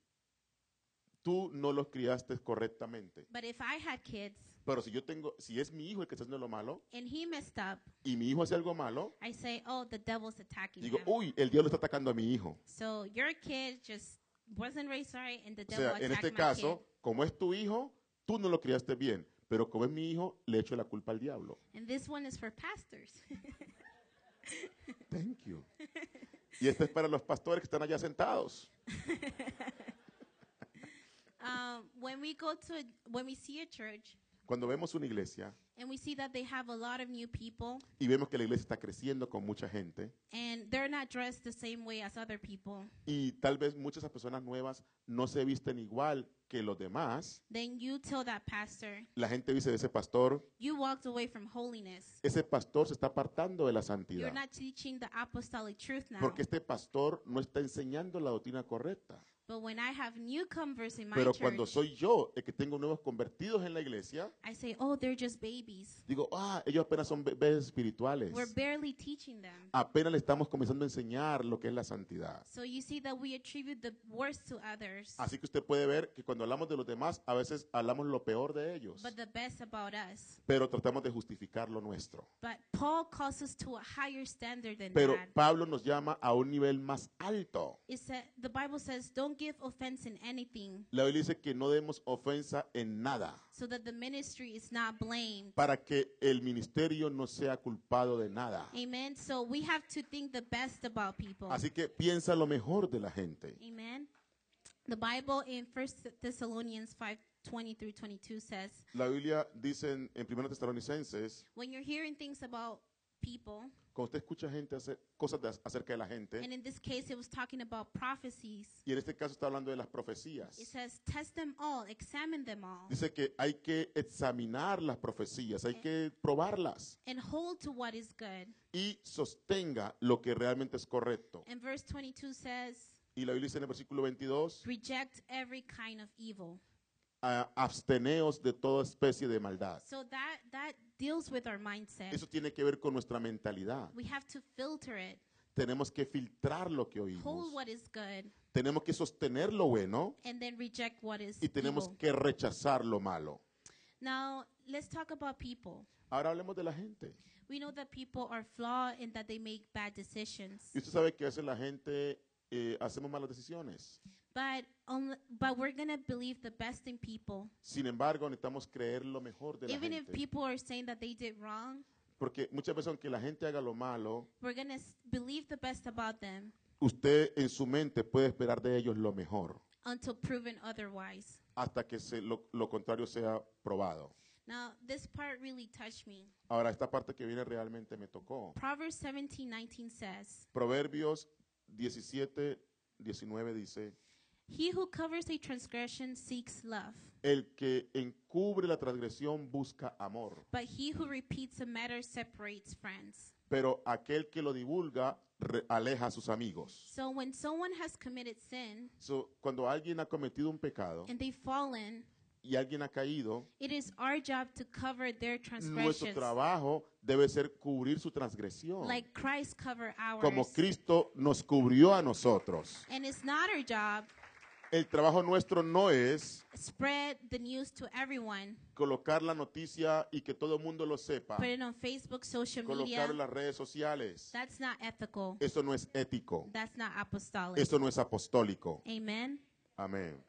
Speaker 2: tú no los criaste correctamente.
Speaker 1: But if I had kids
Speaker 2: Pero si yo tengo, si es mi hijo el que está haciendo lo malo
Speaker 1: and he messed up,
Speaker 2: y mi hijo hace algo malo,
Speaker 1: I say, Oh, the devil's attacking
Speaker 2: digo,
Speaker 1: him.
Speaker 2: uy, el diablo está atacando a mi hijo.
Speaker 1: So your kid just wasn't raised right and the
Speaker 2: O
Speaker 1: devil
Speaker 2: sea, en
Speaker 1: attacked
Speaker 2: este
Speaker 1: my
Speaker 2: caso, como es tu hijo, tú no lo criaste bien, pero como es mi hijo, le echo la culpa al diablo.
Speaker 1: kid. And this one is for pastors.
Speaker 2: Thank you. Y este es para los pastores que están allá sentados.
Speaker 1: um, when we go to, a- when we see a church
Speaker 2: Cuando vemos una iglesia
Speaker 1: and we see that they have a lot of new people
Speaker 2: y vemos que la iglesia está creciendo con mucha gente
Speaker 1: and they're not dressed the same way as other people,
Speaker 2: y tal vez muchas de esas personas nuevas no se visten igual que los demás,
Speaker 1: then you tell that pastor,
Speaker 2: la gente dice de ese pastor,
Speaker 1: you walked away from holiness.
Speaker 2: ese pastor se está apartando de la
Speaker 1: You're
Speaker 2: santidad.
Speaker 1: not teaching the apostolic truth now.
Speaker 2: Porque este pastor no está enseñando la doctrina correcta.
Speaker 1: but when I have new converts in my
Speaker 2: Pero
Speaker 1: church,
Speaker 2: cuando soy yo el que tengo nuevos convertidos en la iglesia,
Speaker 1: I say, oh, they're just babies.
Speaker 2: digo, ah, ellos apenas son bebés espirituales.
Speaker 1: We're barely teaching them.
Speaker 2: Apenas le estamos comenzando a enseñar lo que es la santidad.
Speaker 1: So you see that we attribute the worst to others,
Speaker 2: Así que usted puede ver que cuando hablamos de los demás, a veces hablamos lo peor de ellos,
Speaker 1: but the best about us.
Speaker 2: pero tratamos de justificar lo nuestro.
Speaker 1: But Paul calls us to a higher standard than
Speaker 2: Pero
Speaker 1: that.
Speaker 2: Pablo nos llama a un nivel más alto.
Speaker 1: It sa- the Bible says, don't give offense in anything,
Speaker 2: La Biblia dice que no demos ofensa en nada,
Speaker 1: so that the ministry is not blamed.
Speaker 2: para que el ministerio no sea culpado de nada.
Speaker 1: Amen. So we have to think the best about people.
Speaker 2: Así que piensa lo mejor de la gente.
Speaker 1: Amen. The Bible in First Thessalonians 5 20 through 22 says,
Speaker 2: La Biblia dice en, en 1 Tesalonicenses,
Speaker 1: When you're hearing things about people,
Speaker 2: cuando usted escucha gente hacer cosas de- acerca de la gente,
Speaker 1: and in this case it was talking about prophecies,
Speaker 2: y en este caso está hablando de las
Speaker 1: it
Speaker 2: profecías.
Speaker 1: says, Test them all, examine them all,
Speaker 2: Dice que hay que examinar las profecías, hay que probarlas
Speaker 1: and hold to what is good.
Speaker 2: y sostenga lo que realmente es correcto.
Speaker 1: And verse 22 says,
Speaker 2: Y la Biblia dice en el versículo 22,
Speaker 1: Reject every kind of evil.
Speaker 2: "Ah, absteneos de toda especie de maldad.
Speaker 1: So that, that deals with our mindset.
Speaker 2: Eso tiene que ver con nuestra mentalidad.
Speaker 1: We have to filter it,
Speaker 2: Tenemos que filtrar lo que oímos.
Speaker 1: hold what is good,
Speaker 2: Tenemos que sostener lo bueno
Speaker 1: and then reject what is
Speaker 2: y tenemos
Speaker 1: evil.
Speaker 2: que rechazar lo malo.
Speaker 1: Now, let's talk about people.
Speaker 2: Ahora hablemos de la gente.
Speaker 1: We know that people are flawed and that they make bad decisions.
Speaker 2: Y usted sabe que hace la gente, eh, hacemos malas decisiones.
Speaker 1: But on, but we're going to believe the best in people.
Speaker 2: Sin embargo, necesitamos creer lo mejor de la
Speaker 1: Even if
Speaker 2: gente.
Speaker 1: people are saying that they did wrong,
Speaker 2: Porque muchas veces aunque la gente haga lo malo,
Speaker 1: we're going to believe the best about them
Speaker 2: usted en su mente puede esperar de ellos lo mejor
Speaker 1: until proven otherwise.
Speaker 2: hasta que se- lo, lo contrario sea probado.
Speaker 1: Now, this part really touched me.
Speaker 2: Ahora, esta parte que viene realmente me tocó.
Speaker 1: Proverbs 17, 19 says,
Speaker 2: Proverbios 17, 19 dice,
Speaker 1: He who covers a transgression seeks love,
Speaker 2: el que encubre la transgresión busca amor,
Speaker 1: but he who repeats a matter separates friends.
Speaker 2: pero aquel que lo divulga re- aleja a sus amigos.
Speaker 1: So when someone has committed sin
Speaker 2: So, cuando alguien ha cometido un pecado
Speaker 1: and they've fallen,
Speaker 2: y alguien ha caído,
Speaker 1: It is our job to cover their
Speaker 2: nuestro
Speaker 1: transgressions
Speaker 2: trabajo debe ser cubrir su transgresión,
Speaker 1: like Christ covered ours.
Speaker 2: como Cristo nos cubrió a nosotros.
Speaker 1: and it's not our job
Speaker 2: El trabajo nuestro no es
Speaker 1: spread the news to everyone,
Speaker 2: colocar la noticia y que todo el mundo lo sepa,
Speaker 1: put it on Facebook, social media.
Speaker 2: colocar en las redes sociales.
Speaker 1: That's not ethical.
Speaker 2: Eso no es ético,
Speaker 1: That's not apostolic.
Speaker 2: eso no es apostólico.
Speaker 1: Amen.
Speaker 2: Amén.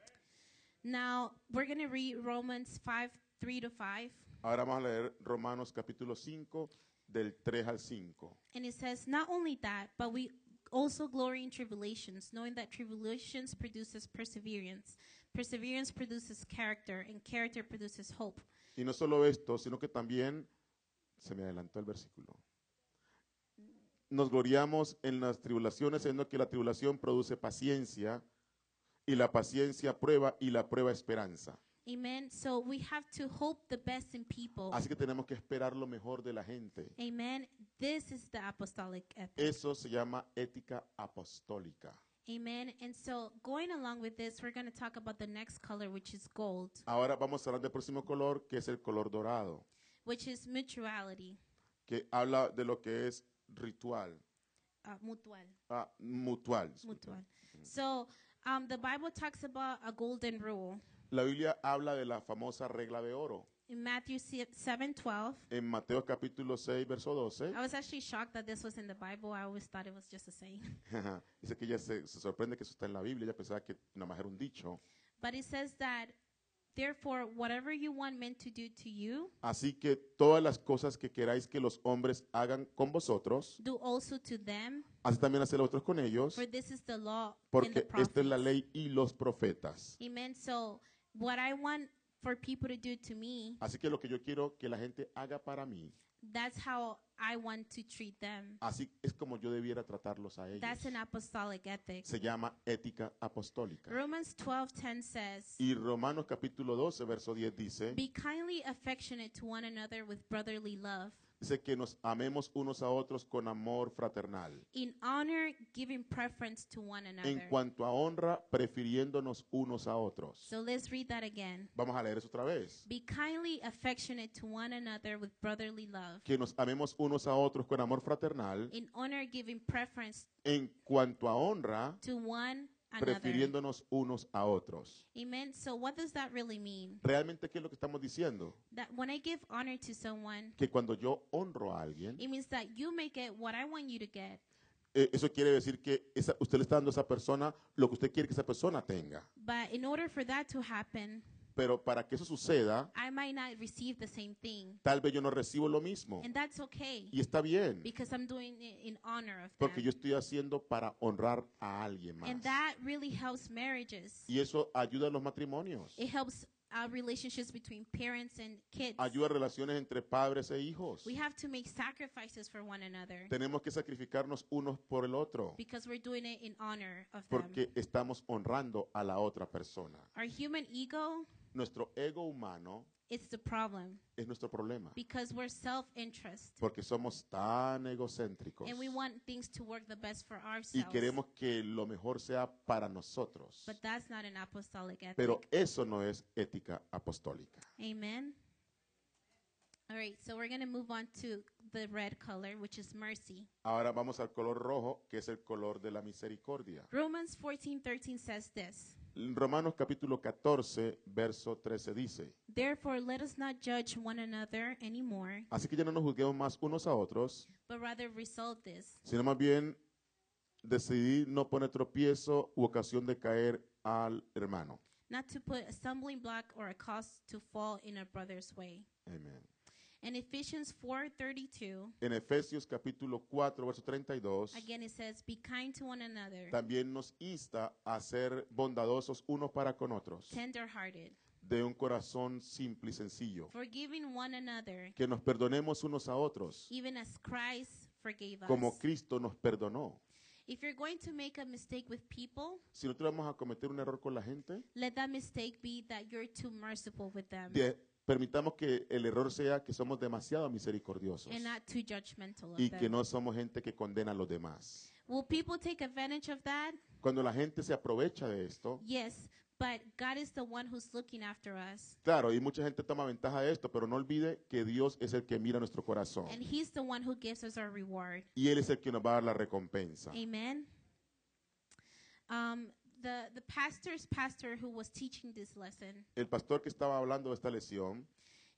Speaker 1: Now we're gonna read Romans five three to five,
Speaker 2: Ahora vamos a leer Romanos capítulo 5 del 3 al 5.
Speaker 1: and it says, "Not only that, but we." Also glory in tribulations, knowing that tribulations produces perseverance. Perseverance produces character, and character produces hope.
Speaker 2: Y no solo esto, sino que también, se me adelantó el versículo, nos gloriamos en las tribulaciones, siendo que la tribulación produce paciencia, y la paciencia prueba, y la prueba esperanza.
Speaker 1: Amen. So we have to hope the best in people.
Speaker 2: Así que tenemos que esperar lo mejor de la gente.
Speaker 1: Eh. Amen. This is the apostolic ethic.
Speaker 2: Eso se llama ética apostólica.
Speaker 1: Amen. And so, going along with this, we're going to talk about the next color, which is gold,
Speaker 2: Ahora vamos a hablar del próximo color, que es el color dorado,
Speaker 1: which is mutuality.
Speaker 2: que habla de lo que es ritual,
Speaker 1: Uh, mutual.
Speaker 2: ah, mutual.
Speaker 1: Mutual. So, um, the Bible talks about a golden rule.
Speaker 2: La Biblia habla de la famosa regla de oro.
Speaker 1: In Matthew 7 12,
Speaker 2: En Mateo capítulo 6, verso 12,
Speaker 1: I was actually shocked that this was in the Bible. I always thought it was just a saying.
Speaker 2: dice que ella se, se sorprende que eso está en la Biblia, ella pensaba que nada más era un dicho.
Speaker 1: But it says that, therefore, whatever you want men to do to you,
Speaker 2: Así que todas las cosas que queráis que los hombres hagan con vosotros,
Speaker 1: do also to them,
Speaker 2: así también haced vosotros con ellos,
Speaker 1: for this is the law and the
Speaker 2: porque esta es la
Speaker 1: prophets.
Speaker 2: ley y los profetas.
Speaker 1: Amen. So, what I want for people to do to me,
Speaker 2: Así que lo que yo quiero que la gente haga para mí,
Speaker 1: that's how I want to treat them.
Speaker 2: así es como yo debiera tratarlos a ellos.
Speaker 1: That's an apostolic ethic.
Speaker 2: Se llama ética apostólica.
Speaker 1: Romans 12:10 says,
Speaker 2: Y Romanos capítulo 12, verso 10 dice,
Speaker 1: Be kindly affectionate to one another with brotherly love,
Speaker 2: dice que nos amemos unos a otros con amor fraternal.
Speaker 1: in honor giving preference to one another.
Speaker 2: En cuanto a honra, prefiriéndonos unos a otros.
Speaker 1: So let's read that again.
Speaker 2: Vamos a leer eso otra vez.
Speaker 1: Be kindly affectionate to one another with brotherly love,
Speaker 2: Que nos amemos unos a otros con amor fraternal.
Speaker 1: in honor giving preference
Speaker 2: En cuanto a honra,
Speaker 1: to one another.
Speaker 2: prefiriéndonos unos a otros.
Speaker 1: Amen. So what does that really mean?
Speaker 2: ¿Realmente qué es lo que estamos diciendo?
Speaker 1: That when I give honor to someone,
Speaker 2: Que cuando yo honro a alguien,
Speaker 1: it means that you may get what I want you to get.
Speaker 2: eh, eso quiere decir que esa- usted le está dando a esa persona lo que usted quiere que esa persona tenga.
Speaker 1: But in order for that to happen,
Speaker 2: Pero para que eso suceda,
Speaker 1: I might not receive the same thing.
Speaker 2: tal vez yo no recibo lo mismo.
Speaker 1: And that's okay.
Speaker 2: Y está bien,
Speaker 1: because I'm doing it in honor of
Speaker 2: porque yo
Speaker 1: them.
Speaker 2: estoy haciendo para honrar a alguien más.
Speaker 1: And that really helps marriages.
Speaker 2: Y eso ayuda a los matrimonios.
Speaker 1: It helps uh, relationships between parents and kids.
Speaker 2: Ayuda a relaciones entre padres e hijos.
Speaker 1: We have to make sacrifices for one another
Speaker 2: Tenemos que sacrificarnos unos por el otro
Speaker 1: because we're doing it in honor of them.
Speaker 2: porque estamos honrando a la otra persona.
Speaker 1: Our human ego
Speaker 2: Nuestro ego humano
Speaker 1: is the problem
Speaker 2: es nuestro problema
Speaker 1: because we're self-interest
Speaker 2: porque somos tan egocéntricos
Speaker 1: and we want things to work the best for
Speaker 2: y
Speaker 1: ourselves.
Speaker 2: queremos que lo mejor sea para nosotros.
Speaker 1: But that's not an apostolic ethic.
Speaker 2: Pero eso no es ética apostólica.
Speaker 1: Amen. All right, so we're going to move on to the red color, which is mercy.
Speaker 2: Ahora vamos al color rojo, que es el color de la misericordia.
Speaker 1: Romans 14:13 says this.
Speaker 2: Romanos capítulo 14, verso 13 dice,
Speaker 1: Therefore, let us not judge one another anymore,
Speaker 2: así que ya no nos juzguemos más unos a otros,
Speaker 1: but rather resolve this,
Speaker 2: sino más bien decidí no poner tropiezo u ocasión de caer al hermano.
Speaker 1: not to put a stumbling block or a cause to fall in a brother's way.
Speaker 2: Amén.
Speaker 1: And Ephesians 4:32,
Speaker 2: En Efesios capítulo 4, verso 32,
Speaker 1: again it says, "Be kind to one another,
Speaker 2: también nos insta a ser bondadosos unos para con otros,
Speaker 1: tender-hearted,
Speaker 2: de un corazón simple y sencillo,
Speaker 1: forgiving one another,
Speaker 2: que nos perdonemos unos a otros,
Speaker 1: even as Christ forgave us."
Speaker 2: como Cristo nos perdonó.
Speaker 1: If you're going to make a mistake with people,
Speaker 2: Si nosotros vamos a cometer un error con la gente,
Speaker 1: let that mistake be that you're too merciful with them
Speaker 2: de- permitamos que el error sea que somos demasiado misericordiosos
Speaker 1: and not too judgmental of
Speaker 2: y que
Speaker 1: them.
Speaker 2: no somos gente que condena a los demás.
Speaker 1: Will people take advantage of that?
Speaker 2: Cuando la gente se aprovecha de esto,
Speaker 1: Yes, but God is the one who's looking after us,
Speaker 2: claro, y mucha gente toma ventaja de esto, pero no olvide que Dios es el que mira nuestro corazón
Speaker 1: and He's the one who gives us our reward.
Speaker 2: y Él es el que nos va a dar la recompensa.
Speaker 1: Amen. Um, the the pastor's pastor who was teaching this lesson,
Speaker 2: El pastor que estaba hablando de esta lesión,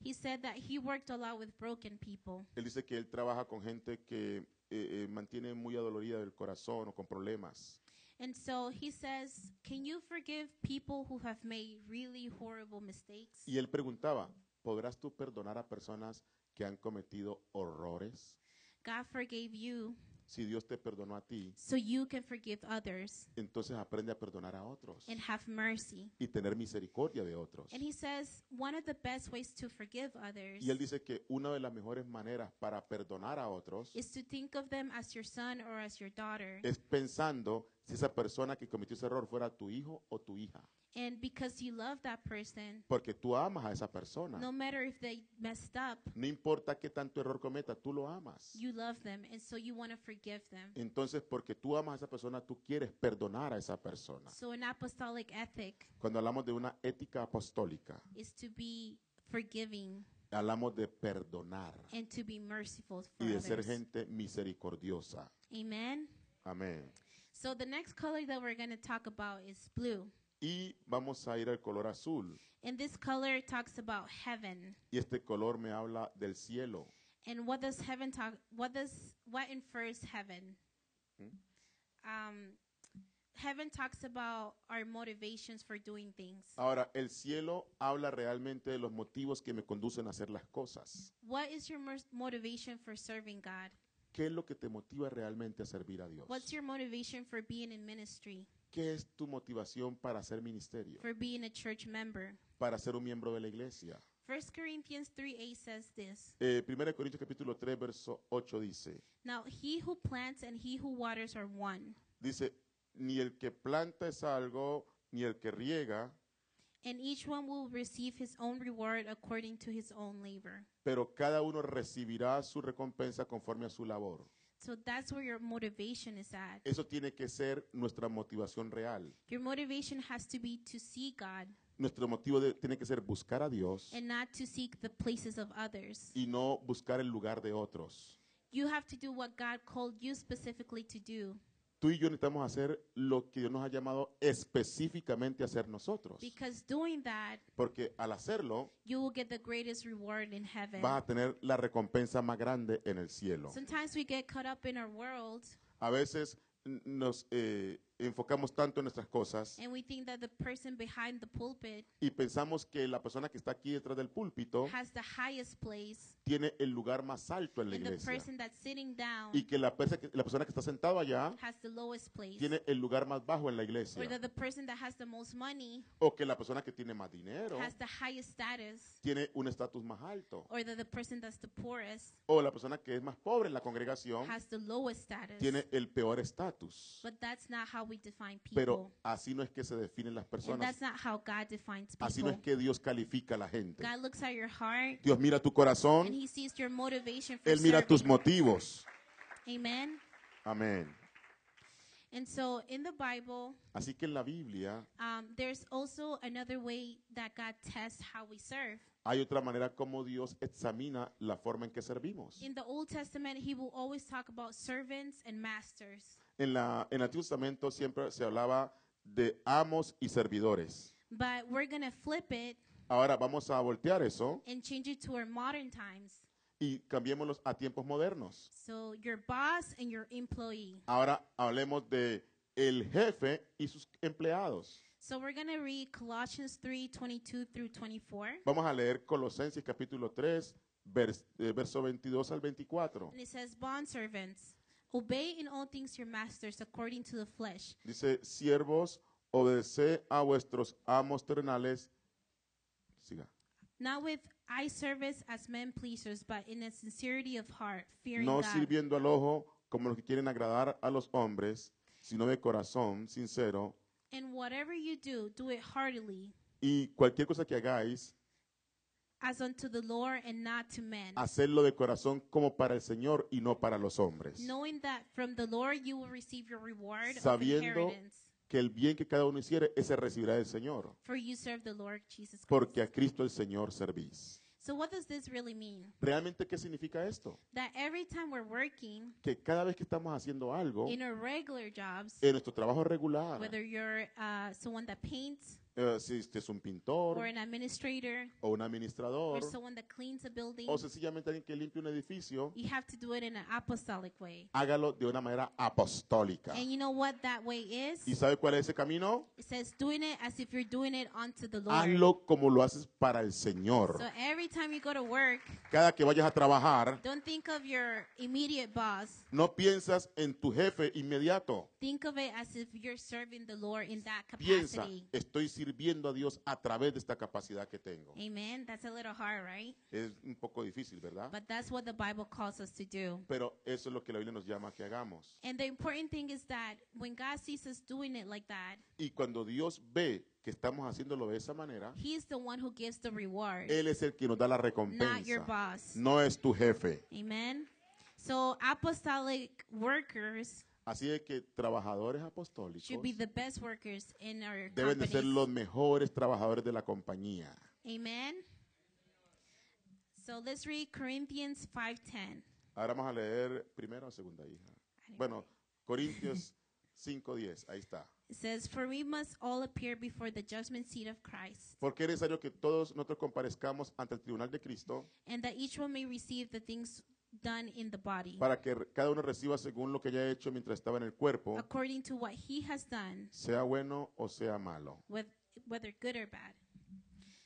Speaker 1: he said that he worked a lot with broken people,
Speaker 2: él dice que él trabaja con gente que eh, eh, mantiene muy adolorida del corazón o con problemas.
Speaker 1: and so he says, "Can you forgive people who have made really horrible mistakes?"
Speaker 2: Y él preguntaba, ¿podrás tú perdonar a personas que han cometido horrores?
Speaker 1: God forgave you,
Speaker 2: Si Dios te perdonó a ti,
Speaker 1: so you can forgive others
Speaker 2: entonces aprende a perdonar a otros
Speaker 1: and have mercy.
Speaker 2: y tener misericordia de otros.
Speaker 1: And he says one of the best ways to forgive others
Speaker 2: Y él dice que una de las mejores maneras para perdonar a otros
Speaker 1: is to think of them as your son or as your daughter.
Speaker 2: es pensando si esa persona que cometió ese error fuera tu hijo o tu hija,
Speaker 1: And because you love that person,
Speaker 2: porque tú amas a esa persona.
Speaker 1: no matter if they messed up,
Speaker 2: No importa qué tanto error cometa, tú lo amas.
Speaker 1: you love them. And so you want to forgive them.
Speaker 2: Entonces, porque tú amas a esa persona, tú quieres perdonar a esa persona.
Speaker 1: So, an apostolic ethic
Speaker 2: Cuando hablamos de una ética apostólica,
Speaker 1: is to be forgiving
Speaker 2: hablamos de perdonar
Speaker 1: and to be merciful for
Speaker 2: y de ser
Speaker 1: others.
Speaker 2: gente misericordiosa.
Speaker 1: Amen.
Speaker 2: Amén.
Speaker 1: So, the next color that we're going to talk about is blue.
Speaker 2: Y vamos a ir al color azul.
Speaker 1: And this color talks about heaven.
Speaker 2: Y este color me habla del cielo.
Speaker 1: And what does heaven talk? What does what infers heaven? Um, heaven talks about our motivations for doing things.
Speaker 2: Ahora, el cielo habla realmente de los motivos que me conducen a hacer las cosas.
Speaker 1: What is your mos- motivation for serving God?
Speaker 2: ¿Qué es lo que te motiva realmente a servir a Dios?
Speaker 1: What's your motivation for being in ministry?
Speaker 2: ¿Qué es tu motivación para hacer ministerio?
Speaker 1: For being a church member?
Speaker 2: Para ser un miembro de la iglesia.
Speaker 1: First Corinthians three eight says this.
Speaker 2: Eh, 1 Corintios capítulo 3, verso 8 dice,
Speaker 1: Now he who plants and he who waters are one,
Speaker 2: dice, ni el que planta es algo, ni el que riega,
Speaker 1: and each one will receive his own reward according to his own labor.
Speaker 2: pero cada uno recibirá su recompensa conforme a su labor.
Speaker 1: So that's where your motivation is at.
Speaker 2: Eso tiene que ser nuestra motivación real.
Speaker 1: Your motivation has to be to see God
Speaker 2: Nuestro motivo de- tiene que ser buscar a Dios
Speaker 1: and not to seek the places of others.
Speaker 2: y no buscar el lugar de otros.
Speaker 1: You have to do what God called you specifically to do
Speaker 2: Tú y yo necesitamos hacer lo que Dios nos ha llamado específicamente a hacer nosotros.
Speaker 1: because doing that,
Speaker 2: Porque al hacerlo,
Speaker 1: you will get the greatest reward in heaven.
Speaker 2: vas a tener la recompensa más grande en el cielo.
Speaker 1: Sometimes we get caught up in our world
Speaker 2: A veces n- nos eh, enfocamos tanto en nuestras cosas
Speaker 1: and we think that the person behind the pulpit
Speaker 2: y pensamos que la persona que está aquí detrás del púlpito
Speaker 1: has the highest place
Speaker 2: tiene el lugar más alto en la
Speaker 1: and the
Speaker 2: iglesia
Speaker 1: person that's sitting down
Speaker 2: y que la, persa- que la persona que está sentada allá
Speaker 1: has the lowest place
Speaker 2: tiene el lugar más bajo en la
Speaker 1: or
Speaker 2: iglesia
Speaker 1: that the person that has the most money
Speaker 2: o que la persona que tiene más dinero
Speaker 1: has the highest status
Speaker 2: tiene un estatus más alto
Speaker 1: or that the person that's the poorest
Speaker 2: o la persona que es más pobre en la congregación
Speaker 1: has the lowest status.
Speaker 2: tiene el peor estatus.
Speaker 1: but that's not how we define
Speaker 2: Pero
Speaker 1: people.
Speaker 2: así no es que se definen las
Speaker 1: and
Speaker 2: personas,
Speaker 1: that's not how God defines
Speaker 2: así no
Speaker 1: people.
Speaker 2: es que Dios califica a la gente.
Speaker 1: God looks at your heart
Speaker 2: Dios mira tu
Speaker 1: and
Speaker 2: corazón,
Speaker 1: he sees your motivation for
Speaker 2: Él mira tus
Speaker 1: serving.
Speaker 2: motivos.
Speaker 1: Amen.
Speaker 2: Amén.
Speaker 1: And so in the Bible,
Speaker 2: Así que en la Biblia
Speaker 1: um, there's also another way that God tests how we serve.
Speaker 2: hay otra manera como Dios examina la forma en que servimos.
Speaker 1: In the Old Testament, he will always talk about servants and masters.
Speaker 2: En, la, en el Antiguo Testamento siempre se hablaba de amos y servidores.
Speaker 1: But we're going to flip it
Speaker 2: Ahora vamos a voltear eso
Speaker 1: and change it to our modern times.
Speaker 2: y cambiémoslos a tiempos modernos.
Speaker 1: So your boss and your employee.
Speaker 2: Ahora hablemos de el jefe y sus empleados.
Speaker 1: So we're going to read Colossians 3 22 through 24.
Speaker 2: Vamos a leer Colosenses capítulo 3, vers- eh, verso 22 al 24.
Speaker 1: And it says, Bondservants, obey in all things your masters according to the flesh,
Speaker 2: Dice, siervos, obedeced a vuestros amos terrenales. Siga.
Speaker 1: not with eye service as men pleasers, but in a sincerity of heart, fearing
Speaker 2: No
Speaker 1: God.
Speaker 2: sirviendo al ojo como los que quieren agradar a los hombres, sino de corazón sincero.
Speaker 1: And whatever you do, do it heartily,
Speaker 2: Y cualquier cosa que hagáis,
Speaker 1: as unto the Lord and not to men,
Speaker 2: hacedlo de corazón como para el Señor y no para los hombres.
Speaker 1: knowing that from the Lord you will receive your reward of
Speaker 2: Sabiendo
Speaker 1: inheritance,
Speaker 2: que el bien que cada uno hiciere, ese recibirá del Señor.
Speaker 1: for you serve the Lord Jesus Christ.
Speaker 2: Porque a Cristo el Señor servís.
Speaker 1: So, what does this really mean?
Speaker 2: ¿Realmente qué significa esto?
Speaker 1: That every time we're working,
Speaker 2: Que cada vez que estamos haciendo algo
Speaker 1: in our regular jobs,
Speaker 2: en nuestro trabajo regular,
Speaker 1: whether you're uh, someone that paints
Speaker 2: eh, si usted es un pintor
Speaker 1: or an administrator
Speaker 2: o un
Speaker 1: or
Speaker 2: administrador
Speaker 1: someone that cleans a building,
Speaker 2: o sencillamente alguien que limpie un edificio,
Speaker 1: you have to do it in an apostolic way.
Speaker 2: hágalo de una manera apostólica.
Speaker 1: And you know what that way is?
Speaker 2: ¿Y sabe cuál es ese camino?
Speaker 1: It says doing it as if you're doing it unto the Lord.
Speaker 2: Hazlo como lo haces para el Señor.
Speaker 1: So every time you go to work,
Speaker 2: Cada que vayas a trabajar,
Speaker 1: don't think of your immediate boss.
Speaker 2: no piensas en tu jefe inmediato.
Speaker 1: Think of it as if you're serving the Lord in that
Speaker 2: Piensa,
Speaker 1: capacity.
Speaker 2: estoy sirviendo a Dios a través de esta capacidad que tengo.
Speaker 1: Amen. That's a little hard, right?
Speaker 2: Es un poco difícil, ¿verdad?
Speaker 1: But that's what the Bible calls us to do.
Speaker 2: Pero eso es lo que la Biblia nos llama a que hagamos.
Speaker 1: And the important thing is that when God sees us doing it like that,
Speaker 2: Y cuando Dios ve que estamos haciéndolo de esa manera,
Speaker 1: He is the one who gives the reward,
Speaker 2: Él es el que nos da la
Speaker 1: not your
Speaker 2: recompensa.
Speaker 1: boss.
Speaker 2: No es tu jefe.
Speaker 1: Amen. So apostolic workers
Speaker 2: Así es que trabajadores apostólicos
Speaker 1: should be the best workers in our
Speaker 2: deben de ser
Speaker 1: companies.
Speaker 2: los mejores trabajadores de la compañía.
Speaker 1: Amen. So let's read Corinthians 5:10.
Speaker 2: Ahora vamos a leer primero o segunda hija. Bueno, Corintios 5.10, ahí está.
Speaker 1: It says, "For we must all appear before the judgment seat of Christ,
Speaker 2: Porque es necesario que todos nosotros comparezcamos ante el tribunal de Cristo
Speaker 1: and that each one may receive the things done in the body,
Speaker 2: para que re- cada uno reciba según lo que haya hecho mientras estaba en el cuerpo,
Speaker 1: according to what he has done,
Speaker 2: sea bueno o sea malo.
Speaker 1: wheth- whether good or bad."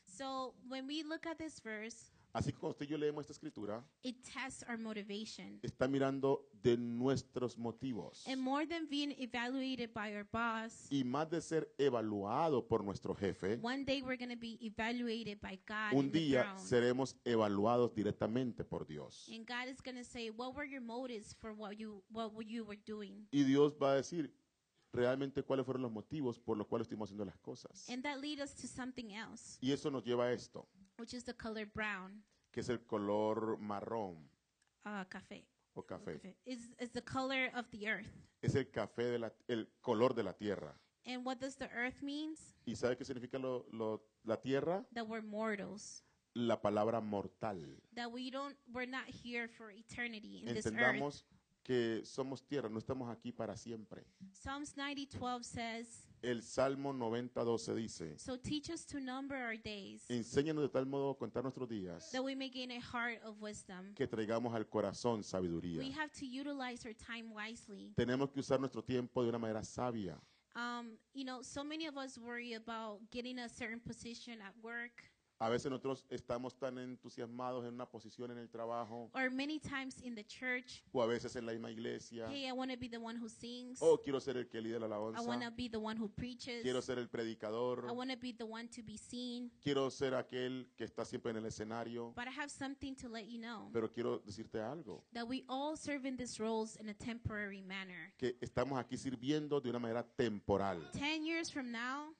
Speaker 1: So when we look at this verse,
Speaker 2: Así que cuando usted y yo leemos esta escritura,
Speaker 1: it tests our motivation.
Speaker 2: está mirando de nuestros motivos.
Speaker 1: And more than being evaluated by our boss,
Speaker 2: Y más de ser evaluado por nuestro jefe,
Speaker 1: one day we're going to be evaluated by God.
Speaker 2: un
Speaker 1: in the
Speaker 2: día
Speaker 1: throne.
Speaker 2: seremos evaluados directamente por Dios.
Speaker 1: And God is going to say, "What were your motives for what you what were you were doing?"
Speaker 2: Y Dios va a decir realmente cuáles fueron los motivos por los cuales estuvimos haciendo las cosas.
Speaker 1: And that leads us to something else,
Speaker 2: Y eso nos lleva a esto,
Speaker 1: which is the color brown,
Speaker 2: que es el color marrón
Speaker 1: uh, café.
Speaker 2: o café.
Speaker 1: Is is the color of the earth.
Speaker 2: Es el café de la- el color de la tierra.
Speaker 1: And what does the earth means?
Speaker 2: ¿Y sabe qué significa lo- lo- la tierra?
Speaker 1: That we're mortals.
Speaker 2: La palabra mortal.
Speaker 1: That we don't we're not here for eternity in this earth.
Speaker 2: Entendamos que somos tierra, no estamos aquí para siempre.
Speaker 1: Psalms 90:12 says,
Speaker 2: El Salmo 90:12 dice,
Speaker 1: "So teach us to number our days,
Speaker 2: enséñanos de tal modo a contar nuestros días
Speaker 1: that we may gain a heart of wisdom."
Speaker 2: que traigamos al corazón
Speaker 1: We
Speaker 2: sabiduría.
Speaker 1: have to utilize our time wisely.
Speaker 2: Tenemos que usar nuestro tiempo de una manera sabia.
Speaker 1: Um, you know, so many of us worry about getting a certain position at work,
Speaker 2: A veces nosotros estamos tan entusiasmados en una posición en el trabajo
Speaker 1: or many times in the church.
Speaker 2: o a veces en la misma iglesia.
Speaker 1: Hey, I want to be the one who sings.
Speaker 2: Oh, quiero ser el que lidera la
Speaker 1: I want to
Speaker 2: alabanza.
Speaker 1: be the one who preaches.
Speaker 2: Quiero ser el predicador.
Speaker 1: I want to be the one to be seen.
Speaker 2: Quiero ser aquel que está siempre en el escenario.
Speaker 1: But I have something to let you know
Speaker 2: Pero quiero decirte algo,
Speaker 1: that we all serve in these roles in a temporary manner.
Speaker 2: que estamos aquí sirviendo de una manera temporal.
Speaker 1: Ten years from now,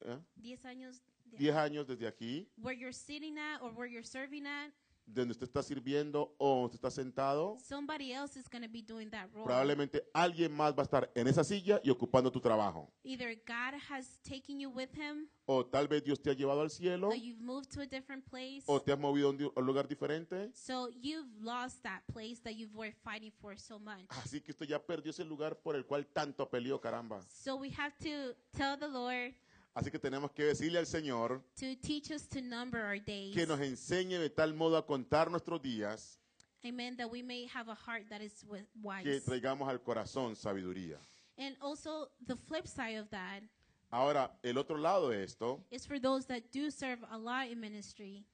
Speaker 2: ¿eh?
Speaker 1: diez años,
Speaker 2: Diez años desde aquí,
Speaker 1: where you're sitting at or where you're serving at,
Speaker 2: de donde usted está sirviendo o donde usted está sentado,
Speaker 1: somebody else is going to be doing that role.
Speaker 2: probablemente alguien más va a estar en esa silla y ocupando tu trabajo.
Speaker 1: Either God has taken you with him,
Speaker 2: O tal vez Dios te ha llevado al cielo
Speaker 1: or you've moved to a different place.
Speaker 2: o te has movido a un di- a un lugar diferente.
Speaker 1: So you've lost that place that you were fighting for so much.
Speaker 2: Así que usted ya perdió ese lugar por el cual tanto peleó, caramba.
Speaker 1: So we have to tell the Lord
Speaker 2: Así que tenemos que decirle al Señor
Speaker 1: to teach us to number our days.
Speaker 2: que nos enseñe de tal modo a contar nuestros días
Speaker 1: Amen. That we may have a heart that is wi-
Speaker 2: que
Speaker 1: wise.
Speaker 2: traigamos al corazón sabiduría.
Speaker 1: And also, the flip side of that
Speaker 2: Ahora, el otro lado de esto
Speaker 1: is for those that do serve Allah in ministry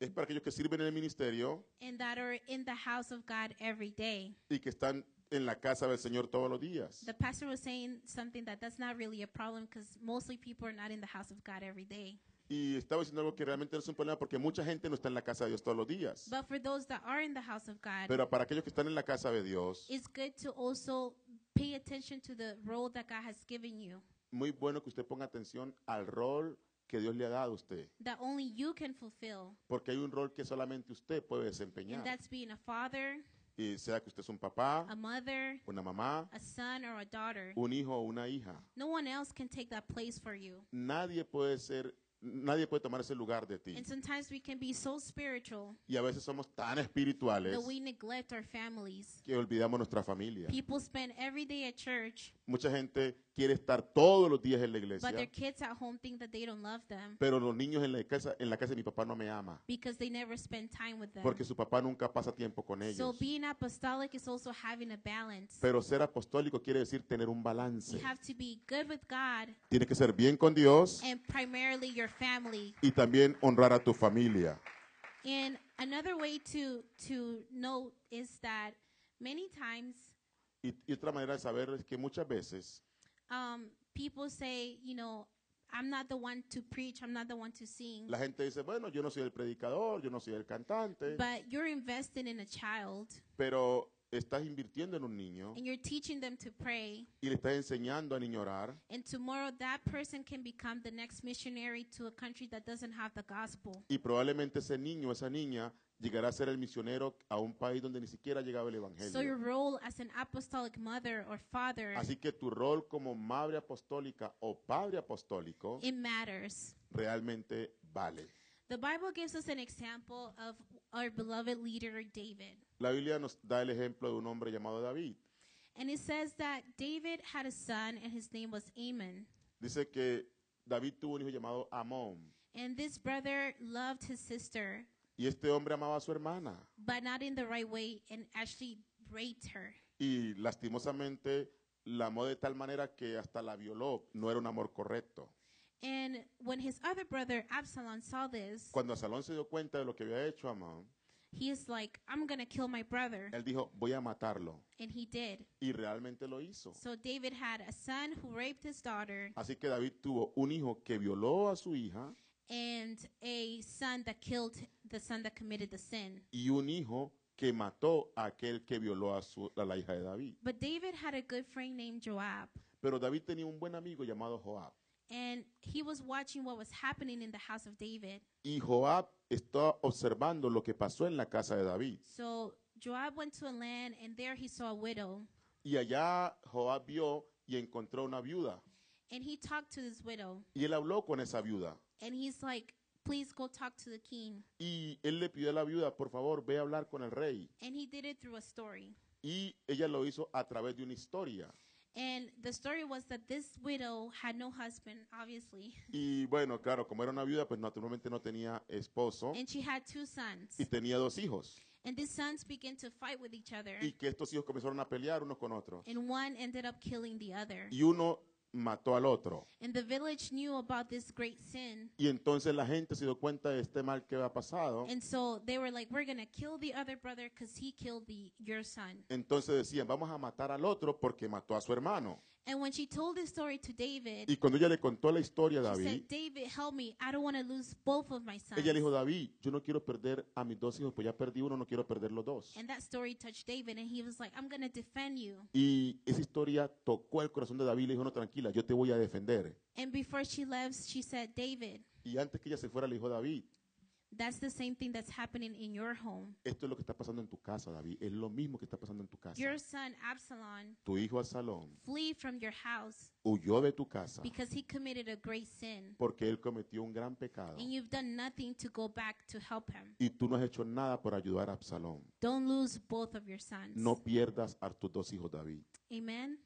Speaker 2: es para aquellos que sirven en el ministerio
Speaker 1: and that are in the house of God every day.
Speaker 2: y que están en la casa del Señor todos los días.
Speaker 1: The pastor was saying something that that's not really a problem because mostly people are not in the house of God every day.
Speaker 2: Y estaba diciendo algo que realmente no es un problema porque mucha gente no está en la casa de Dios todos los días.
Speaker 1: But for those that are in the house of God,
Speaker 2: Pero para aquellos que están en la casa de Dios,
Speaker 1: it's good to also pay attention to the role that God has given you,
Speaker 2: muy bueno que usted ponga atención al rol que Dios le ha dado a usted.
Speaker 1: that only you can fulfill.
Speaker 2: Porque hay un rol que solamente usted puede
Speaker 1: And
Speaker 2: desempeñar.
Speaker 1: that's being a father,
Speaker 2: Y sea que usted es un papá,
Speaker 1: a mother,
Speaker 2: una mamá,
Speaker 1: a son, or a daughter.
Speaker 2: un hijo o una hija.
Speaker 1: No one else can take that place for you.
Speaker 2: Nadie puede ser, nadie puede tomar ese lugar de ti.
Speaker 1: And sometimes we can be so spiritual
Speaker 2: Y a veces somos tan espirituales
Speaker 1: that we neglect our families.
Speaker 2: que olvidamos nuestra familia.
Speaker 1: People spend every day at church,
Speaker 2: Mucha gente quiere estar todos los días en la
Speaker 1: but their
Speaker 2: iglesia,
Speaker 1: kids at home think that they don't love them
Speaker 2: pero los niños en la casa, en la casa de mi papá no me ama,
Speaker 1: because they never spend time with them.
Speaker 2: porque su papá nunca pasa tiempo con
Speaker 1: So
Speaker 2: ellos.
Speaker 1: being apostolic is also having a balance.
Speaker 2: Pero ser apostólico quiere decir tener un
Speaker 1: You
Speaker 2: balance.
Speaker 1: have to be good with God
Speaker 2: Tienes que ser bien con Dios
Speaker 1: and primarily your family.
Speaker 2: y también honrar a tu familia.
Speaker 1: And another way to to note is that many times
Speaker 2: Y, y otra manera de saber es que muchas veces
Speaker 1: um, people say, you know, I'm not the one to preach, I'm not the one to sing,
Speaker 2: la gente dice, bueno, yo no soy el predicador, yo no soy el cantante,
Speaker 1: but you're investing in a child
Speaker 2: pero estás invirtiendo en un niño
Speaker 1: and you're teaching them to pray.
Speaker 2: y le estás enseñando a niño a orar.
Speaker 1: And tomorrow, that person can become the next missionary to a country that doesn't have the gospel.
Speaker 2: Y probablemente ese niño, esa niña, llegará a ser el misionero a un país donde ni siquiera llegaba el
Speaker 1: So your
Speaker 2: Evangelio.
Speaker 1: role as an apostolic mother or father,
Speaker 2: Así que tu rol como madre apostólica o padre apostólico
Speaker 1: it matters.
Speaker 2: realmente vale.
Speaker 1: The Bible gives us an example of our beloved leader David.
Speaker 2: La Biblia nos da el ejemplo de un hombre llamado David.
Speaker 1: And it says that David had a son and his name was Amon.
Speaker 2: Dice que David tuvo un hijo llamado Amón.
Speaker 1: And this brother loved his sister,
Speaker 2: Y este hombre amaba a su hermana.
Speaker 1: but not in the right way and actually raped her.
Speaker 2: Y lastimosamente la amó de tal manera que hasta la violó. No era un amor correcto.
Speaker 1: And when his other brother Absalom saw this,
Speaker 2: Cuando Asalón se dio cuenta de lo que había hecho Amón,
Speaker 1: he is like, I'm going to kill my brother.
Speaker 2: él dijo, voy a matarlo.
Speaker 1: And he did.
Speaker 2: Y realmente lo hizo.
Speaker 1: So David had a son who raped his daughter
Speaker 2: Así que David tuvo un hijo que violó a su hija
Speaker 1: and a son that killed the son that committed the sin.
Speaker 2: y un hijo que mató a aquel que violó a, su- a la hija de David.
Speaker 1: But David had a good friend named Joab,
Speaker 2: Pero David tenía un buen amigo llamado Joab.
Speaker 1: and he was watching what was happening in the house of David.
Speaker 2: Y Joab está observando lo que pasó en la casa de David.
Speaker 1: So Joab went to a land, and there he saw a widow,
Speaker 2: Y allá Joab vio y encontró una viuda.
Speaker 1: and he talked to this widow,
Speaker 2: Y él habló con esa viuda.
Speaker 1: and he's like, "Please go talk to the king."
Speaker 2: Y él le pidió a la viuda, por favor, ve a hablar con el rey.
Speaker 1: And he did it through a story.
Speaker 2: Y ella lo hizo a través de una historia.
Speaker 1: And the story was that this widow had no husband, obviously,
Speaker 2: Y bueno, claro, como era una viuda, pues naturalmente no tenía esposo
Speaker 1: and she had two sons.
Speaker 2: y tenía dos hijos.
Speaker 1: And these sons began to fight with each other,
Speaker 2: Y que estos hijos comenzaron a pelear unos con otros.
Speaker 1: and one ended up killing the other.
Speaker 2: Y uno mató al otro.
Speaker 1: And the village knew about this great sin.
Speaker 2: Y entonces la gente se dio cuenta de este mal que había pasado.
Speaker 1: And so they were like, we're going to kill the other brother because he killed the, your son.
Speaker 2: Entonces decían, vamos a matar al otro porque mató a su hermano.
Speaker 1: And when she told this story to David,
Speaker 2: Y cuando ella le contó la historia a
Speaker 1: she
Speaker 2: David,
Speaker 1: said, David, help me. I don't want to lose both of my sons.
Speaker 2: ella le dijo, David, yo no quiero perder a mis dos hijos, pues ya perdí uno, no quiero perder los dos.
Speaker 1: And that story touched David, and he was like, I'm going to defend you.
Speaker 2: Y esa historia tocó el corazón de David y le dijo, no, tranquila, yo te voy a defender.
Speaker 1: And before she left, she said, David,
Speaker 2: Y antes que ella se fuera, le dijo, David,
Speaker 1: that's the same thing that's happening in your home.
Speaker 2: esto es lo que está pasando en tu casa, David, es lo mismo que está pasando en tu casa.
Speaker 1: Your son, Absalom,
Speaker 2: Tu hijo Absalón
Speaker 1: flee from your house
Speaker 2: huyó de tu casa
Speaker 1: because he committed a great sin.
Speaker 2: porque él cometió un gran pecado
Speaker 1: And you've done nothing to go back to help him.
Speaker 2: y tú no has hecho nada por ayudar a Absalón.
Speaker 1: Don't lose both of your sons.
Speaker 2: No pierdas a tus dos hijos, David.
Speaker 1: Amen.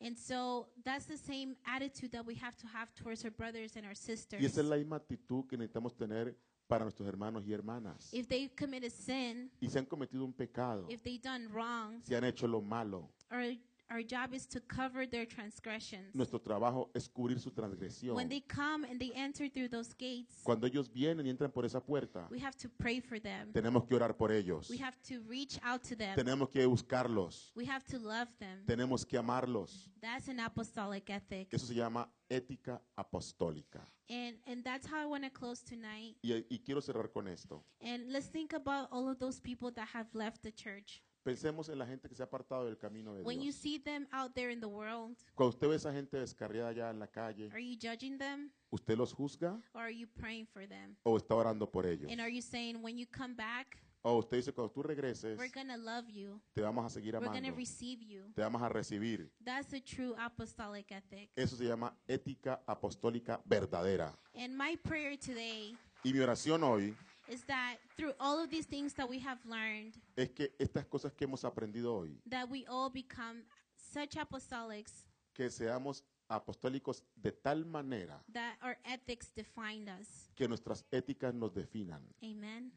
Speaker 1: And so that's the same attitude that we have to have towards our brothers and our
Speaker 2: Y
Speaker 1: sisters.
Speaker 2: esa es la misma actitud que necesitamos tener para nuestros hermanos y hermanas.
Speaker 1: If they commit a sin,
Speaker 2: Y se han cometido un pecado,
Speaker 1: if they done wrong,
Speaker 2: se han hecho lo malo.
Speaker 1: our our job is to cover their transgressions.
Speaker 2: Nuestro trabajo es cubrir su transgresión.
Speaker 1: When they come and they enter through those gates,
Speaker 2: Cuando ellos vienen y entran por esa puerta,
Speaker 1: we have to pray for them.
Speaker 2: tenemos que orar por ellos.
Speaker 1: We have to reach out to Mm-hmm. them.
Speaker 2: Tenemos que buscarlos.
Speaker 1: We have to love them.
Speaker 2: Tenemos que amarlos.
Speaker 1: That's an apostolic ethic.
Speaker 2: Eso se llama ética apostólica.
Speaker 1: And and that's how I want to close tonight.
Speaker 2: Y, y quiero cerrar con esto.
Speaker 1: And let's think about all of those people that have left the church.
Speaker 2: Pensemos en la gente que se ha apartado del camino de
Speaker 1: When you
Speaker 2: Dios.
Speaker 1: see them out there in the world,
Speaker 2: Cuando usted ve a esa gente descarriada allá en la calle,
Speaker 1: are you judging them
Speaker 2: ¿usted los juzga
Speaker 1: or are you praying for them?
Speaker 2: o está orando por ellos?
Speaker 1: And are you saying, when you come back,
Speaker 2: O usted dice, cuando tú regreses,
Speaker 1: we're going to love you,
Speaker 2: te vamos a seguir
Speaker 1: we're going to
Speaker 2: amando,
Speaker 1: receive you?
Speaker 2: te vamos a recibir.
Speaker 1: That's a true apostolic ethic.
Speaker 2: Eso se llama ética apostólica verdadera.
Speaker 1: And my prayer today
Speaker 2: Y mi oración hoy
Speaker 1: is that through all of these things that we have learned,
Speaker 2: es que estas cosas que hemos aprendido hoy,
Speaker 1: that we all become such apostolics
Speaker 2: que seamos apostólicos de tal manera
Speaker 1: that our ethics define us.
Speaker 2: que nuestras éticas nos definan.
Speaker 1: Amen.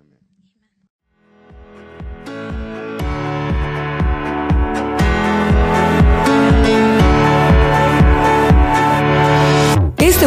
Speaker 2: Amén.
Speaker 3: Este